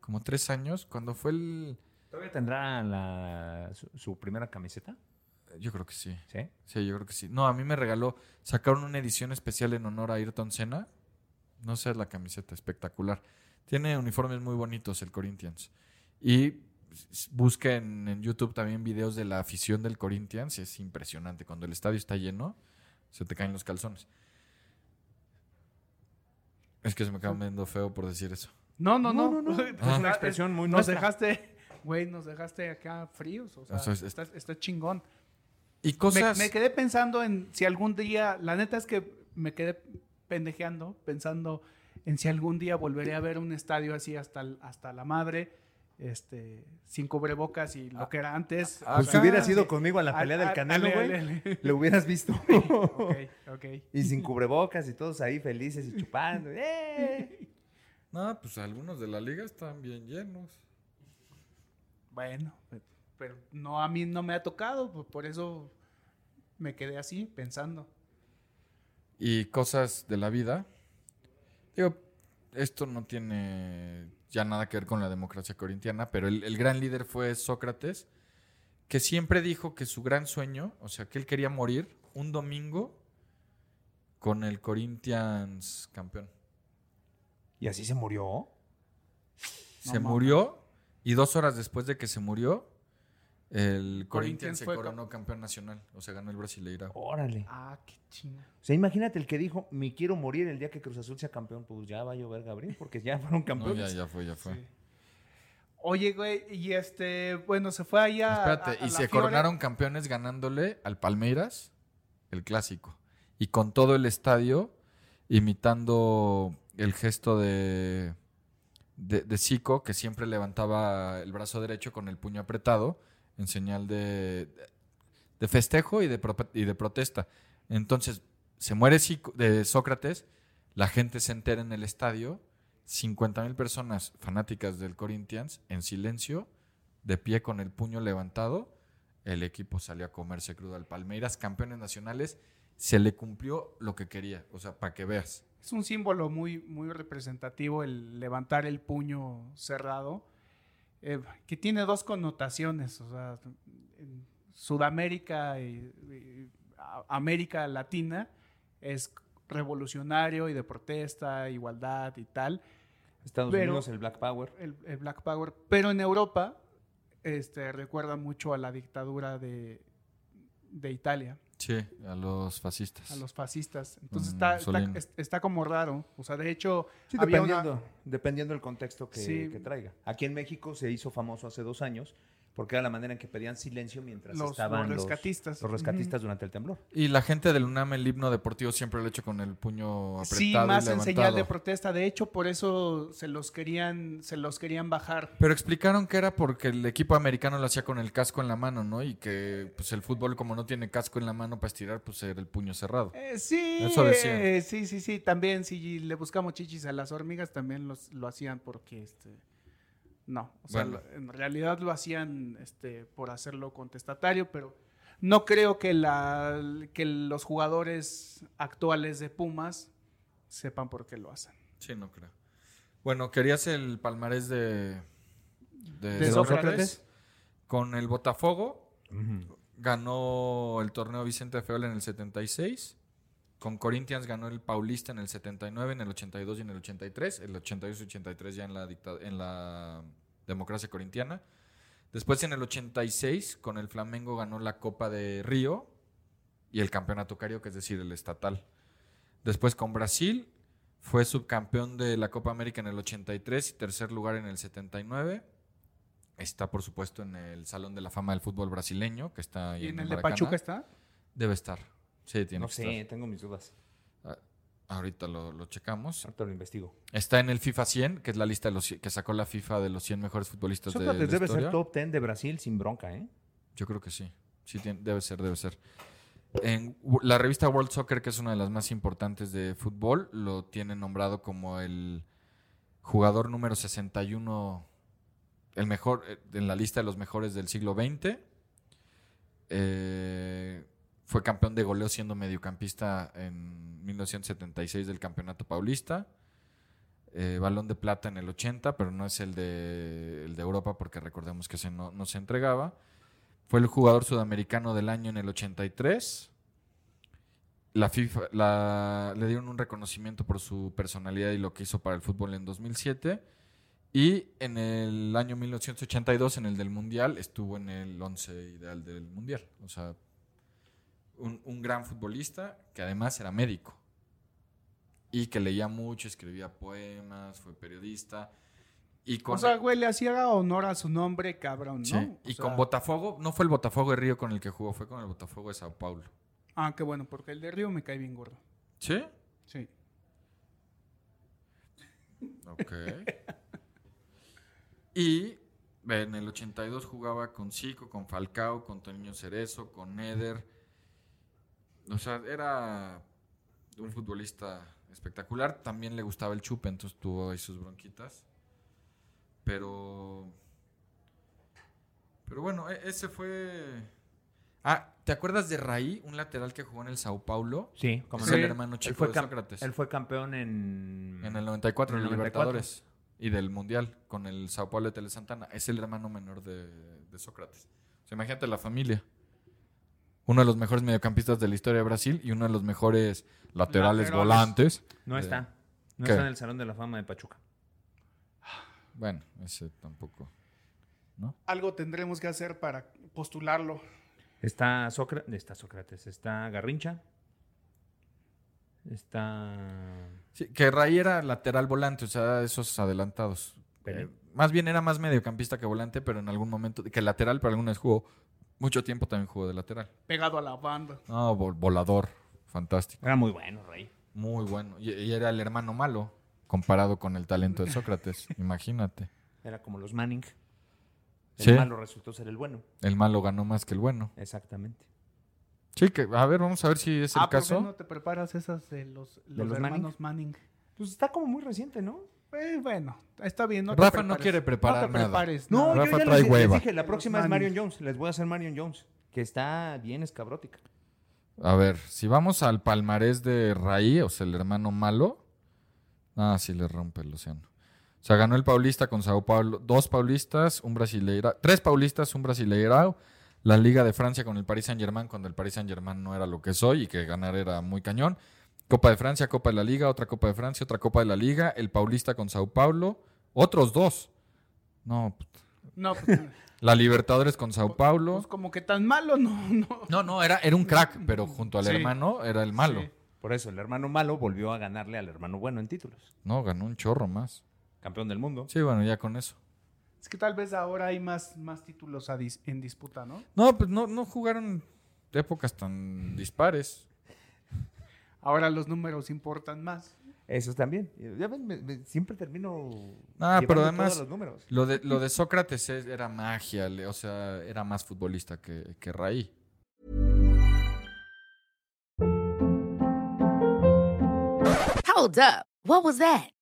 como tres años, cuando fue el... ¿Todavía tendrá la- su, su primera camiseta? Yo creo que sí. ¿Sí? Sí, yo creo que sí. No, a mí me regaló... Sacaron una edición especial en honor a Ayrton Senna. No sé, la camiseta espectacular. Tiene uniformes muy bonitos el Corinthians. Y s- busquen en YouTube también videos de la afición del Corinthians. Es impresionante. Cuando el estadio está lleno, se te caen los calzones. Es que se me acaba viendo feo por decir eso. No, no, no. Ah. Una expresión muy Nos nuestra. dejaste, güey, nos dejaste acá fríos. O sea, Eso es- está, está chingón. Y Me- cosas. Me, quedé pensando en si algún día, la neta es que me quedé pendejeando, pensando en si algún día volveré a ver un estadio así hasta, el- hasta la madre, este, sin cubrebocas y lo que era antes. ah, O Pues Si sea, hubieras sí. ido conmigo a la pelea Al- del al- canelo, ale, güey, ale, ale. lo hubieras visto. Ok, ok. y sin cubrebocas y todos ahí felices y chupando. ¡Eh! No, pues algunos de la liga están bien llenos. Bueno, pero no, a mí no me ha tocado, por- por eso me quedé así pensando. y cosas de la vida. Digo, esto no tiene ya nada que ver con la democracia corintiana, pero el, el gran líder fue Sócrates, que siempre dijo que su gran sueño, o sea, que él quería morir un domingo con el Corinthians campeón. Y así se murió. Se mames. murió y dos horas después de que se murió, el Corinthians Corinthians se fue coronó campeón nacional, o sea, ganó el Brasileirao. Órale. Ah, qué chinga. O sea, imagínate el que dijo, me quiero morir el día que Cruz Azul sea campeón. Pues ya va a llover Gabriel, porque ya fueron No, ya, campeones. ya fue, ya fue. Sí. Oye, güey, y este, bueno, se fue allá. a- Espérate, a- a la y se Fiore. coronaron campeones ganándole al Palmeiras el clásico. Y con todo el estadio imitando el gesto de, de, de Zico, que siempre levantaba el brazo derecho con el puño apretado en señal de, de festejo y de, pro- y de protesta. Entonces, se muere Zico- de Sócrates, la gente se entera en el estadio, 50 mil personas fanáticas del Corinthians en silencio, de pie con el puño levantado, el equipo salió a comerse crudo al Palmeiras, campeones nacionales, se le cumplió lo que quería, o sea, para que veas. Es un símbolo muy, muy representativo el levantar el puño cerrado, eh, que tiene dos connotaciones, o sea, en Sudamérica y, y a- América Latina es revolucionario y de protesta, igualdad y tal, Estados Pero- Unidos, el Black Power. el, el Black Power, pero en Europa este, recuerda mucho a la dictadura de, de Italia. Sí, a los fascistas. a los fascistas. Entonces Mm, está, está, Mussolini. es- está como raro. O sea, de hecho, Sí, había una- dependiendo, dependiendo del contexto que, Sí. que traiga. Aquí en México se hizo famoso hace dos años porque era la manera en que pedían silencio mientras los, estaban los los, rescatistas. los rescatistas durante el temblor. Y la gente del UNAM, el himno deportivo, siempre lo ha hecho con el puño Ujú. apretado. Sí, y más en señal de levantado. protesta. De hecho, por eso se los querían, se los querían bajar. Pero explicaron que era porque el equipo americano lo hacía con el casco en la mano, ¿no? Y que pues el fútbol como no tiene casco en la mano para estirar, pues era el puño cerrado. Eh, sí, Eso decían. eh, sí, sí, sí. También si le buscamos chichis a las hormigas, también los, lo hacían porque este. No, o sea, Bueno. lo- en realidad lo hacían este, por hacerlo contestatario, pero no creo que, la, que los jugadores actuales de Pumas sepan por qué lo hacen. Sí, no creo. Bueno, querías el palmarés de, de ¿De Sócrates? Sócrates? Con el Botafogo ganó el torneo Vicente Feol en el 76. Con Corinthians ganó el Paulista en el 79, en el 82 y en el 83. El 82-83 ya en la, dicta- en la democracia corintiana. Después en el 86 con el Flamengo ganó la Copa de Río y el campeonato carioca, es decir, el estatal. Después con Brasil fue subcampeón de la Copa América en el 83 y tercer lugar en el 79. Está, por supuesto, en el Salón de la Fama del Fútbol Brasileño, que está ahí ¿Y en el de Maracaná. Pachuca está? Debe estar. Sí, tiene No que sé, estar. tengo mis dudas. Ah, Ahorita lo, lo checamos. Ahorita lo investigo. Está en el FIFA 100, que es la lista de los, que sacó la FIFA de los 100 mejores futbolistas de la Sócrates debe historia. ser top 10 de Brasil sin bronca, ¿eh? Yo creo que sí. Sí, tiene- debe ser, debe ser. En w- la revista World Soccer, que es una de las más importantes de fútbol, lo tiene nombrado como el jugador número 61, el mejor eh, en la lista de los mejores del siglo XX. Eh, fue campeón de goleo siendo mediocampista en 1976 del Campeonato Paulista. Eh, balón de plata en el 80, pero no es el de, el de Europa porque recordemos que ese no, no se entregaba. Fue el jugador sudamericano del año en el 83. La FIFA la- le dieron un reconocimiento por su personalidad y lo que hizo para el fútbol en 2007. Y en el año 1982, en el del Mundial, estuvo en el 11 ideal del Mundial. O sea, un, un gran futbolista que además era médico. Y que leía mucho, escribía poemas, fue periodista. Y con, O sea, güey, le hacía honor a su nombre, cabrón, ¿no? sí, O y sea, con Botafogo, no fue el Botafogo de Río con el que jugó, fue con el Botafogo de Sao Paulo. Ah, qué bueno, porque el de Río me cae bien gordo. ¿Sí? Sí. Ok. y en el 82 jugaba con Zico, con Falcao, con Toño Cerezo, con Eder. O sea, era un futbolista espectacular. También le gustaba el chupe, entonces tuvo ahí sus bronquitas. Pero. Pero bueno, e- ese fue. Ah, ¿te acuerdas de Raí, un lateral que jugó en el Sao Paulo? Sí, como Es no. el hermano chico él fue de cam- Sócrates. Él fue campeón en... En el 94, En en el 94. el Libertadores y del Mundial con el Sao Paulo de Tele Santana. Es el hermano menor de, de Sócrates. O sea, imagínate la familia. Uno de los mejores mediocampistas de la historia de Brasil y uno de los mejores laterales, Laterales. volantes. No Eh, está. No ¿qué? está en el Salón de la Fama de Pachuca. Bueno, ese tampoco. Algo tendremos que hacer para postularlo. Está, Socra- está Sócrates, está Garrincha, está... Sí, que Ray era lateral volante, o sea, esos adelantados. Pelé. Eh, más bien era más mediocampista que volante, pero en algún momento, que lateral, pero alguna vez jugó mucho tiempo también jugó de lateral. Pegado a la banda. No, vol- volador, fantástico. Era muy bueno, Rey. Muy bueno. Y, y era el hermano malo comparado con el talento de Sócrates. Imagínate. Era como los Manning. El Sí. malo resultó ser el bueno. El malo ganó más que el bueno. Exactamente. Sí, que, a ver, vamos a ver si es el ah, ¿por qué caso. no te preparas esas de los, los, los hermanos Manning? Pues está como muy reciente, ¿no? Eh, bueno, está bien. No te Rafa no prepares. quiere preparar No te nada. prepares. nada. No, Rafa yo ya trae les, les hueva. dije, la próxima es Manning. Marion Jones. Les voy a hacer Marion Jones, que está bien escabrótica. A ver, si vamos al palmarés de Raí, o sea, el hermano malo. Ah, sí le rompe el océano. O sea, ganó el Paulista con Sao Paulo. Dos Paulistas, un brasileira. Tres Paulistas, un brasileirao. La Liga de Francia con el Paris Saint-Germain, cuando el Paris Saint-Germain no era lo que soy y que ganar era muy cañón. Copa de Francia, Copa de la Liga, otra Copa de Francia, otra Copa de la Liga. El Paulista con Sao Paulo. Otros dos. No, puta. No, pues, la Libertadores con Sao Paulo. pues como que tan malo, no, no. No, no, era, era un crack, pero junto al Sí. hermano era el malo. Sí. Por eso, el hermano malo volvió a ganarle al hermano bueno en títulos. No, ganó un chorro más. Campeón del mundo. Sí, bueno, ya con eso. Es que tal vez ahora hay más, más títulos a dis- en disputa, ¿no? No, pues no, no jugaron de épocas tan dispares. Ahora los números importan más. Eso también. Ya ven, me- me- siempre termino. Ah, llevando pero todos además- los números. Lo de, lo de Sócrates es- era magia, le- o sea, era más futbolista que, que Raí. Hold up. What was that?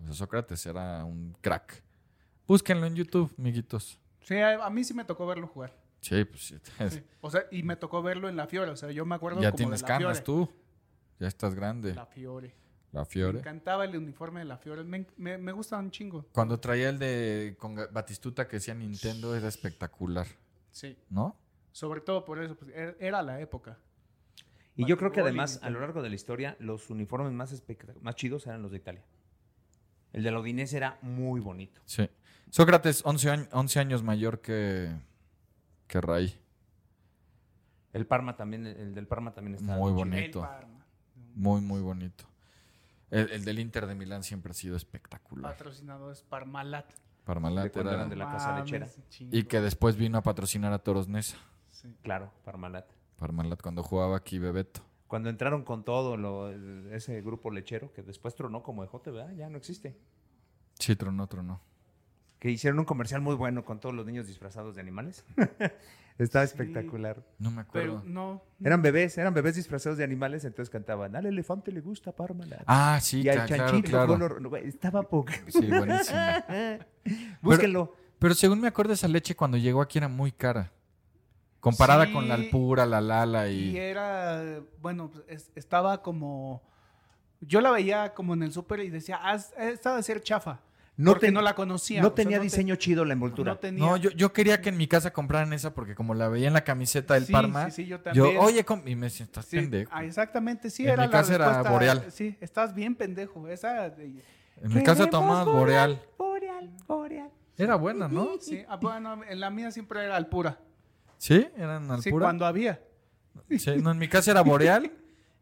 O sea, Sócrates era un crack. Búsquenlo en YouTube, amiguitos. Sí, a, a mí sí me tocó verlo jugar. Sí, pues sí. Sí. O sea, y me tocó verlo en la Fiore. O sea, yo me acuerdo ya como tienes de la canas Fiore. tú. Ya estás grande. La Fiore. La Me Fiore. encantaba el uniforme de la Fiore. Me, me, me gusta un chingo. Cuando traía el de con Ga- Batistuta que decía Nintendo era espectacular, Sí. ¿no? Sobre todo por eso. pues, er- era la época. Y yo creo que Batibolín además, a también. lo largo de la historia, los uniformes más, espectac- más chidos eran los de Italia. El de la Udinese era muy bonito. Sí. Sócrates, 11, añ- 11 años mayor que, que Raí. El Parma también, el del Parma también está Muy chido. bonito. El Parma. Muy, muy bonito. El, el del Inter de Milán siempre ha sido espectacular. Patrocinado es Parmalat. Parmalat De cuando era- eran de la casa Mames, lechera. chingo. Y que después vino a patrocinar a Toros Neza. Sí. Claro, Parmalat. Parmalat cuando jugaba aquí Bebeto. Cuando entraron con todo lo- ese grupo lechero, que después tronó como ejote, ¿verdad? Ya no existe. Sí, tronó, tronó. Que hicieron un comercial muy bueno con todos los niños disfrazados de animales. Estaba espectacular. No me acuerdo. Pero no. Eran bebés, eran bebés disfrazados de animales, entonces cantaban, al elefante le gusta Parmalat. Ah, sí, y al ca- claro, chanchito claro. color- güey, Estaba poco. Sí, buenísimo. Búsquenlo. Pero según me acuerdo, esa leche cuando llegó aquí era muy cara. Comparada Sí. con la Alpura, la Lala Y y... era, bueno, pues, es- estaba como, yo la veía como en el súper y decía, ah, es- esta de ser chafa. No, porque ten- no la conocía. no o sea, tenía te- diseño chido la envoltura. No tenía. No, yo, yo quería que en mi casa compraran esa porque como la veía en la camiseta del Sí, Parma, sí, sí, yo yo, también. oye, com-", y me decían, estás Sí, pendejo. ah, exactamente, sí, En era mi la casa era respuesta, Boreal. Sí, estás bien pendejo. Esa. de- En mi casa tomabas Boreal. Boreal, boreal. Era buena, ¿no? Sí, ah, bueno, en la mía siempre era Alpura. Sí, eran Sí, alpura. cuando había. Sí, no, en mi casa era Boreal.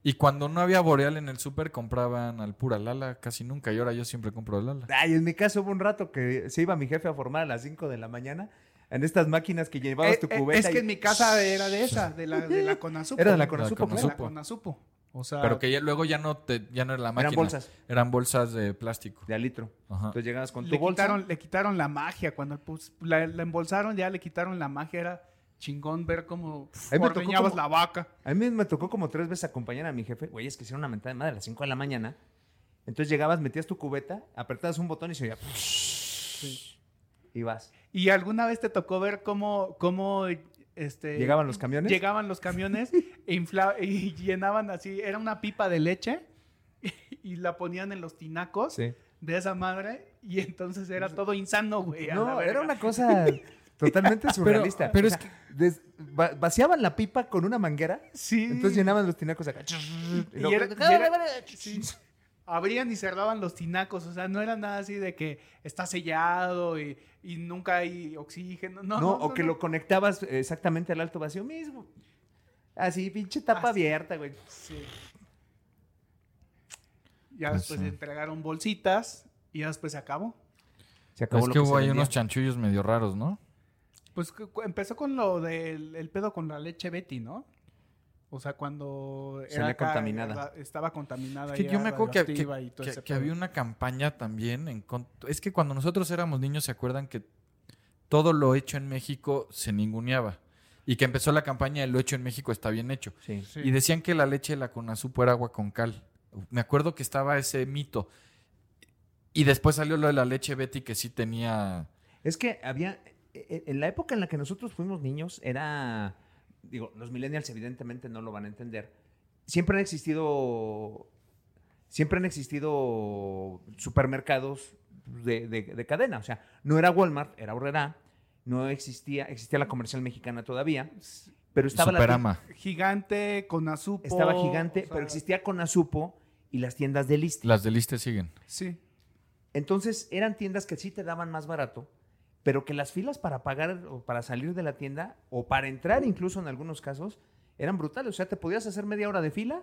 Y cuando no había Boreal en el súper compraban al pura Lala casi nunca. Y ahora yo siempre compro Lala. Ay, en mi caso hubo un rato que se iba mi jefe a formar a las 5 de la mañana en estas máquinas que llevabas Eh, tu eh, cubeta. es que y- en mi casa era de esa, de la, de la Conasupo. Era de la Conasupo, Conasupo, pues. De la Conasupo. Conasupo. O sea, Pero que ya, luego ya no, te, ya no era la máquina. Eran bolsas Eran bolsas de plástico. de al litro. Ajá. Entonces llegabas con tu le, bolsa. quitaron, le quitaron la magia. Cuando pues, la, la embolsaron, ya le quitaron la magia. Era chingón ver cómo Ahí me tocó ordeñabas como- la vaca. A mí me tocó como tres veces acompañar a mi jefe. Güey, es que hicieron una mentada de madre a las 5 de la mañana. Entonces llegabas, metías tu cubeta, apretabas un botón y se oía. Y vas. ¿Y alguna vez te tocó ver cómo, cómo este, Llegaban los camiones. llegaban los camiones e infla- y llenaban así? Era una pipa de leche y la ponían en los tinacos Sí. Pues, de esa madre y entonces era todo insano, güey. a la No, verga. era una cosa totalmente surrealista. pero O sea, des- va- vaciaban la pipa con una manguera. Sí. Entonces llenaban los tinacos acá. Y luego- Y era- y era- sí. Abrían y cerraban los tinacos, o sea, no era nada así de que está sellado y, y nunca hay oxígeno. No, no, no, o no, que no. lo conectabas eh, exactamente al alto vacío mismo. Así, pinche tapa Así. abierta, güey. Sí. Ya Pues después sí. entregaron bolsitas y ya después se acabó. Se acabó Es lo que se hubo ahí vendía. unos chanchullos medio raros, ¿no? Pues cu- cu- empezó con lo del el pedo con la leche Betty, ¿no? O sea, cuando Salía acá, contaminada. era- estaba contaminada. Es que y yo era me acuerdo que, que- radioactiva y todo que- ese que pedo. había una campaña también. En, con- es que cuando nosotros éramos niños, ¿se acuerdan que todo lo hecho en México se ninguneaba? Y que empezó la campaña de lo hecho en México está bien hecho. Sí. Sí. Y decían que la leche de la Conasupo era agua con cal. Me acuerdo que estaba ese mito. Y después salió lo de la leche Betty que sí tenía... Es que había. e- e- En la época en la que nosotros fuimos niños, era. Digo, los millennials evidentemente no lo van a entender. Siempre han existido. Siempre han existido supermercados de, de- de cadena. O sea, no era Walmart, era Horrera. No existía. Existía la comercial mexicana todavía. Pero estaba la tienda- Superama. Gigante, con azupo. Estaba gigante, o sea, pero existía Conasupo y las tiendas de Listi. Las de Liste siguen. Sí. Entonces eran tiendas que sí te daban más barato, pero que las filas para pagar o para salir de la tienda o para entrar incluso en algunos casos eran brutales. O sea, te podías hacer media hora de fila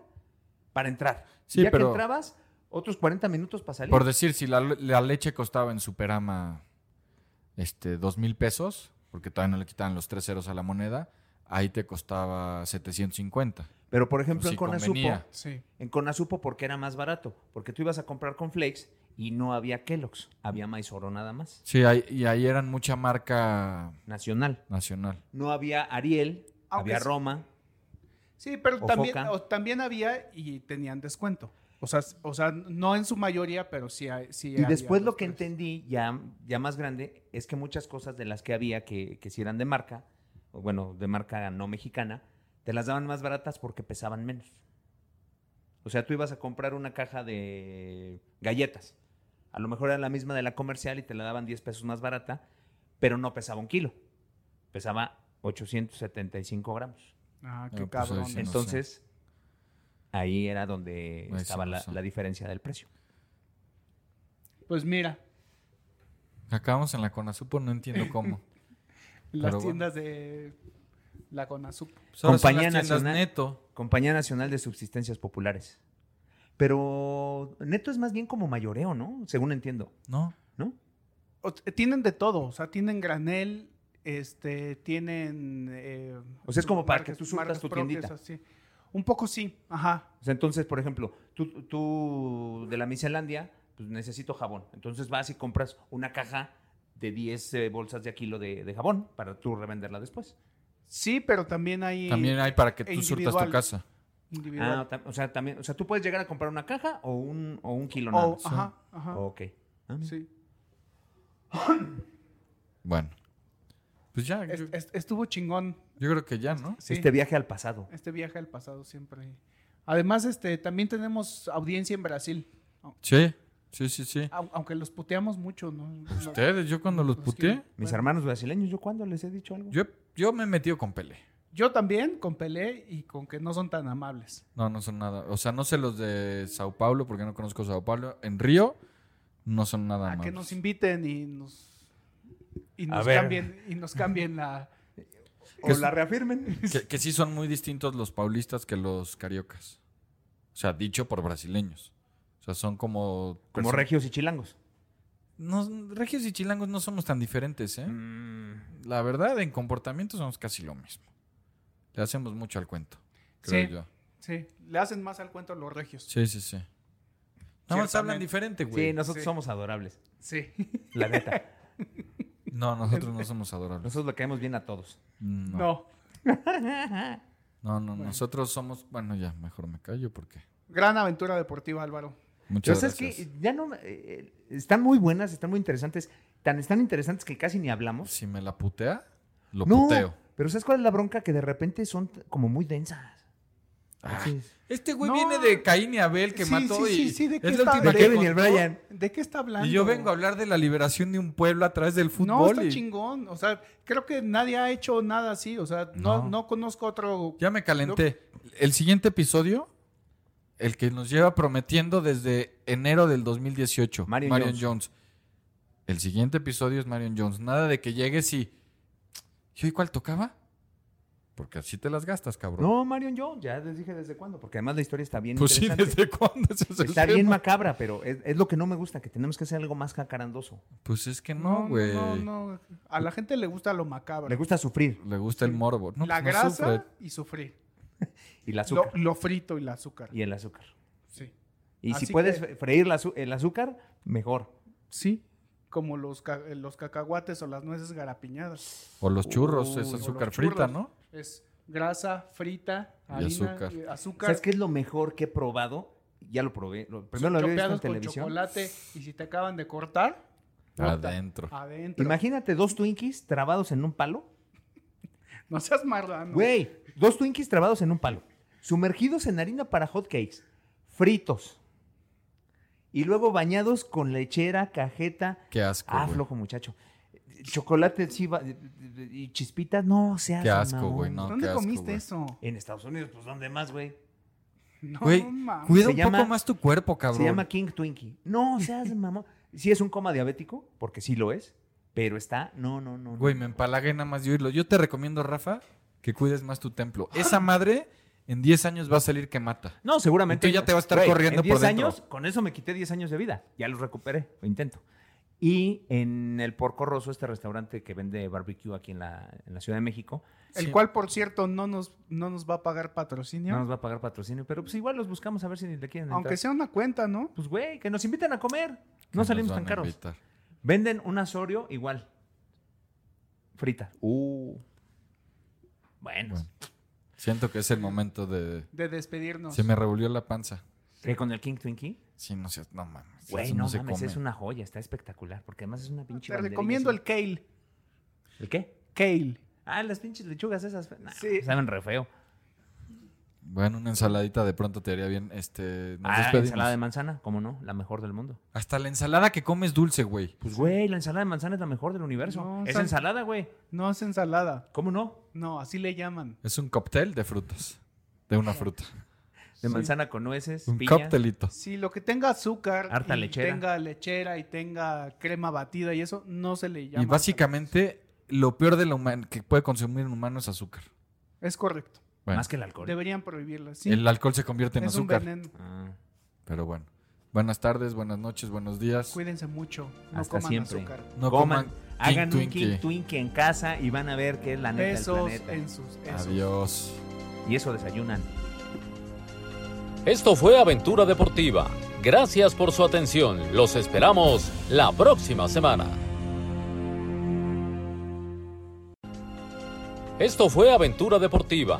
para entrar. Sí, ya pero- que entrabas, otros 40 minutos para salir. Por decir, si la, la leche costaba en Superama este, dos mil pesos, porque todavía no le quitaban los tres ceros a la moneda, ahí te costaba 750. Pero por ejemplo Sí en Conasupo, convenía. Sí. en Conasupo porque era más barato, porque tú ibas a comprar con Flakes y no había Kellogg's, había Maizoro nada más, Sí, ahí- y ahí eran mucha marca nacional. nacional. No había Ariel, Aunque había sí. Roma. Sí, pero O también, Foca. o también había y tenían descuento. O sea, s- o sea, no en su mayoría, pero sí, hay- sí Y había después lo los que tres. entendí, ya, ya más grande, es que muchas cosas de las que había que, que si eran de marca, o bueno, de marca no mexicana, te las daban más baratas porque pesaban menos. O sea, tú ibas a comprar una caja de galletas. A lo mejor era la misma de la comercial y te la daban 10 pesos más barata, pero no pesaba un kilo. Pesaba 875 gramos. Ah, qué No, pues, ahí cabrón. sí no. Entonces, ahí era donde Ahí sí estaba no la- sé. la diferencia del precio. Pues mira, Acabamos en la Conasupo, no entiendo cómo. las Pero bueno. tiendas de la Conasupo. Pues ahora son las Compañía tiendas Nacional. Neto. Compañía Nacional de Subsistencias Populares. Pero neto es más bien como mayoreo, ¿no? Según entiendo, ¿No? ¿no? O t- tienen de todo, o sea, tienen granel, este, tienen... eh, O sea, es como para que marcas- tú surtas marcas tu propias, tiendita. así. Un poco sí, ajá. O sea, entonces, por ejemplo, tú, tú de la miscelandia, pues necesito jabón. Entonces vas y compras una caja de 10 eh, bolsas de a kilo de, de jabón para tú revenderla después. Sí, pero también hay... También hay para que tú individual. surtas tu casa. individual. Ah, tam- o sea, también, o sea, tú puedes llegar a comprar una caja o un, o un kilo nada o, más. Oh, ajá, ajá. Ok. Ah, Sí. Bueno. Pues ya, yo, Est- est- Este, estuvo chingón yo creo que ya, ¿no? sí. Este viaje al pasado. este viaje al pasado siempre. Además, este, también tenemos audiencia en Brasil. Sí. Sí, sí, sí. Au- Aunque los puteamos mucho, ¿no? No- Ustedes, yo cuando los no es puteé, que- Mis bueno, hermanos brasileños, ¿yo cuándo les he dicho algo? yo, yo me he metido con Pele. Yo también con Pelé y con que no son tan amables. No, no son nada. O sea, no sé los de Sao Paulo, porque no conozco Sao Paulo. En Río, no son nada a más. Ah, que nos inviten y nos, y nos ver. cambien, y nos cambien la. o la reafirmen. Que, que sí son muy distintos los paulistas que los cariocas. O sea, dicho por brasileños. O sea, son como... Como perso- regios y chilangos. No, regios y chilangos no somos tan diferentes, Mm. ¿eh? La verdad, en comportamiento somos casi lo mismo. Le hacemos mucho al cuento, creo Sí. yo. Sí, le hacen más al cuento a los regios. Sí, sí, sí. Nada más Ciertamente. hablan diferente, güey. Sí, nosotros Sí. somos adorables. Sí. La neta. No, nosotros no somos adorables. Nosotros le caemos bien a todos. No, no, No. no, nosotros somos... Bueno, ya, mejor me callo porque... Gran aventura deportiva, Álvaro. Muchas Entonces, gracias. es que ya no. eh, están muy buenas, están muy interesantes. Tan están interesantes que casi ni hablamos. Si me la putea, lo no, puteo. pero ¿sabes cuál es la bronca? Que de repente son t- como muy densas. Entonces, Este güey No. viene de Caín y Abel que Sí, mató sí, y sí, sí, ¿de qué es la está- última de que Kevin y el contó. Brian? ¿De qué está hablando? Y yo vengo a hablar de la liberación de un pueblo a través del fútbol. No, está y- chingón. O sea, creo que nadie ha hecho nada así. O sea, no, No. no. conozco otro. Ya me calenté. El siguiente episodio, el que nos lleva prometiendo desde enero del 2018, Marion Jones. El siguiente episodio es Marion Jones. Nada de que llegues y... ¿Y hoy cuál tocaba? Porque así te las gastas, cabrón. no, Marion Jones, ya les dije desde cuándo, porque además la historia está bien pues sí, interesante. ¿desde cuándo? Ese es el Está bien tema. macabra, pero es, es lo que no me gusta, que tenemos que hacer algo más jacarandoso. Pues es que no, güey. No, no, no. A la gente le gusta lo macabro. Me gusta sufrir Le gusta el morbo. No, la pues no grasa sufre. y sufrir. y el Lo, azúcar. lo frito y el azúcar. Y el azúcar. Sí. Y Así si puedes que- freír la azu- el azúcar, mejor. Sí. Como los, ca- eh, los cacahuates o las nueces garapiñadas. O los churros, es O los azúcar churros. frita, ¿no? Es grasa, frita, Y harina, azúcar. eh, azúcar. ¿Sabes qué es lo mejor que he probado? Ya lo probé. Lo- primero lo había visto en chopeados con televisión. chocolate y si te acaban de cortar puta, Ah. Adentro. adentro Imagínate dos Twinkies trabados en un palo. no seas marrano Güey, dos Twinkies trabados en un palo. Sumergidos en harina para hotcakes. Fritos. Y luego bañados con lechera, cajeta. Qué asco. Ah, güey. flojo, muchacho. Chocolate sí va- y chispitas, no seas Qué asco, mamón. güey. No, dónde qué asco, comiste güey. eso En Estados Unidos, pues, ¿dónde más, güey? no Güey, mames. cuida Se un llama- poco más tu cuerpo, cabrón. Se llama King Twinkie. No seas mamón. Sí es un coma diabético, porque sí lo es, pero está... No, no, no. no. Güey, me empalagué nada más de oírlo. Yo te recomiendo, Rafa, que cuides más tu templo. Esa madre en 10 años va a salir que mata. No, seguramente. Entonces ya te va a estar Güey, corriendo en por 10 dentro. años, con eso me quité 10 años de vida. Ya los recuperé, lo intento. Y en el Porco Rosso, este restaurante que vende barbecue aquí en la, en la Ciudad de México, el Sí. cual por cierto no nos no nos va a pagar patrocinio no nos va a pagar patrocinio, pero pues igual los buscamos a ver si le quieren aunque entrar. sea una cuenta no Pues güey, que nos inviten a comer. No Nos salimos van tan a caros. invitar. Venden un asorio igual. Frita. Uh. Bueno. Bueno. Siento que es el momento de. de despedirnos Se me revolvió la panza. ¿Qué con el King Twinkie? Sí, no sé, no mames. Güey, eso no, se mames, come. es una joya, está espectacular, porque además es una pinche te banderilla recomiendo así. el kale ¿El qué? kale Ah, las pinches lechugas esas. nah, Sí. Saben re feo. Bueno, una ensaladita de pronto te haría bien. Este, nos ah, despedimos. ensalada de manzana, cómo no, la mejor del mundo. Hasta la ensalada que comes dulce, güey. Pues, güey, la ensalada de manzana es la mejor del universo. No, es sal- ensalada, güey. no es ensalada ¿Cómo no? no así le llaman Es un cóctel de frutas. De una fruta. De manzana con nueces, Un piña. cóctelito. si lo que tenga azúcar Harta y lechera. tenga lechera y tenga crema batida y eso no se le llama Y básicamente, lo peor de la human- que puede consumir un humano es azúcar. es correcto Bueno, Más que el alcohol. deberían prohibirla sí el alcohol se convierte en es un azúcar. veneno Ah, Pero bueno. Buenas tardes, buenas noches, buenos días. Cuídense mucho, no Hasta coman siempre. azúcar. No coman, coman hagan King un King Twinkie. Twinkie en casa y van a ver que es la neta del Besos planeta. en sus besos. Adiós. Y eso desayunan. Esto fue Aventura Deportiva. Gracias por su atención. Los esperamos la próxima semana. Esto fue Aventura Deportiva.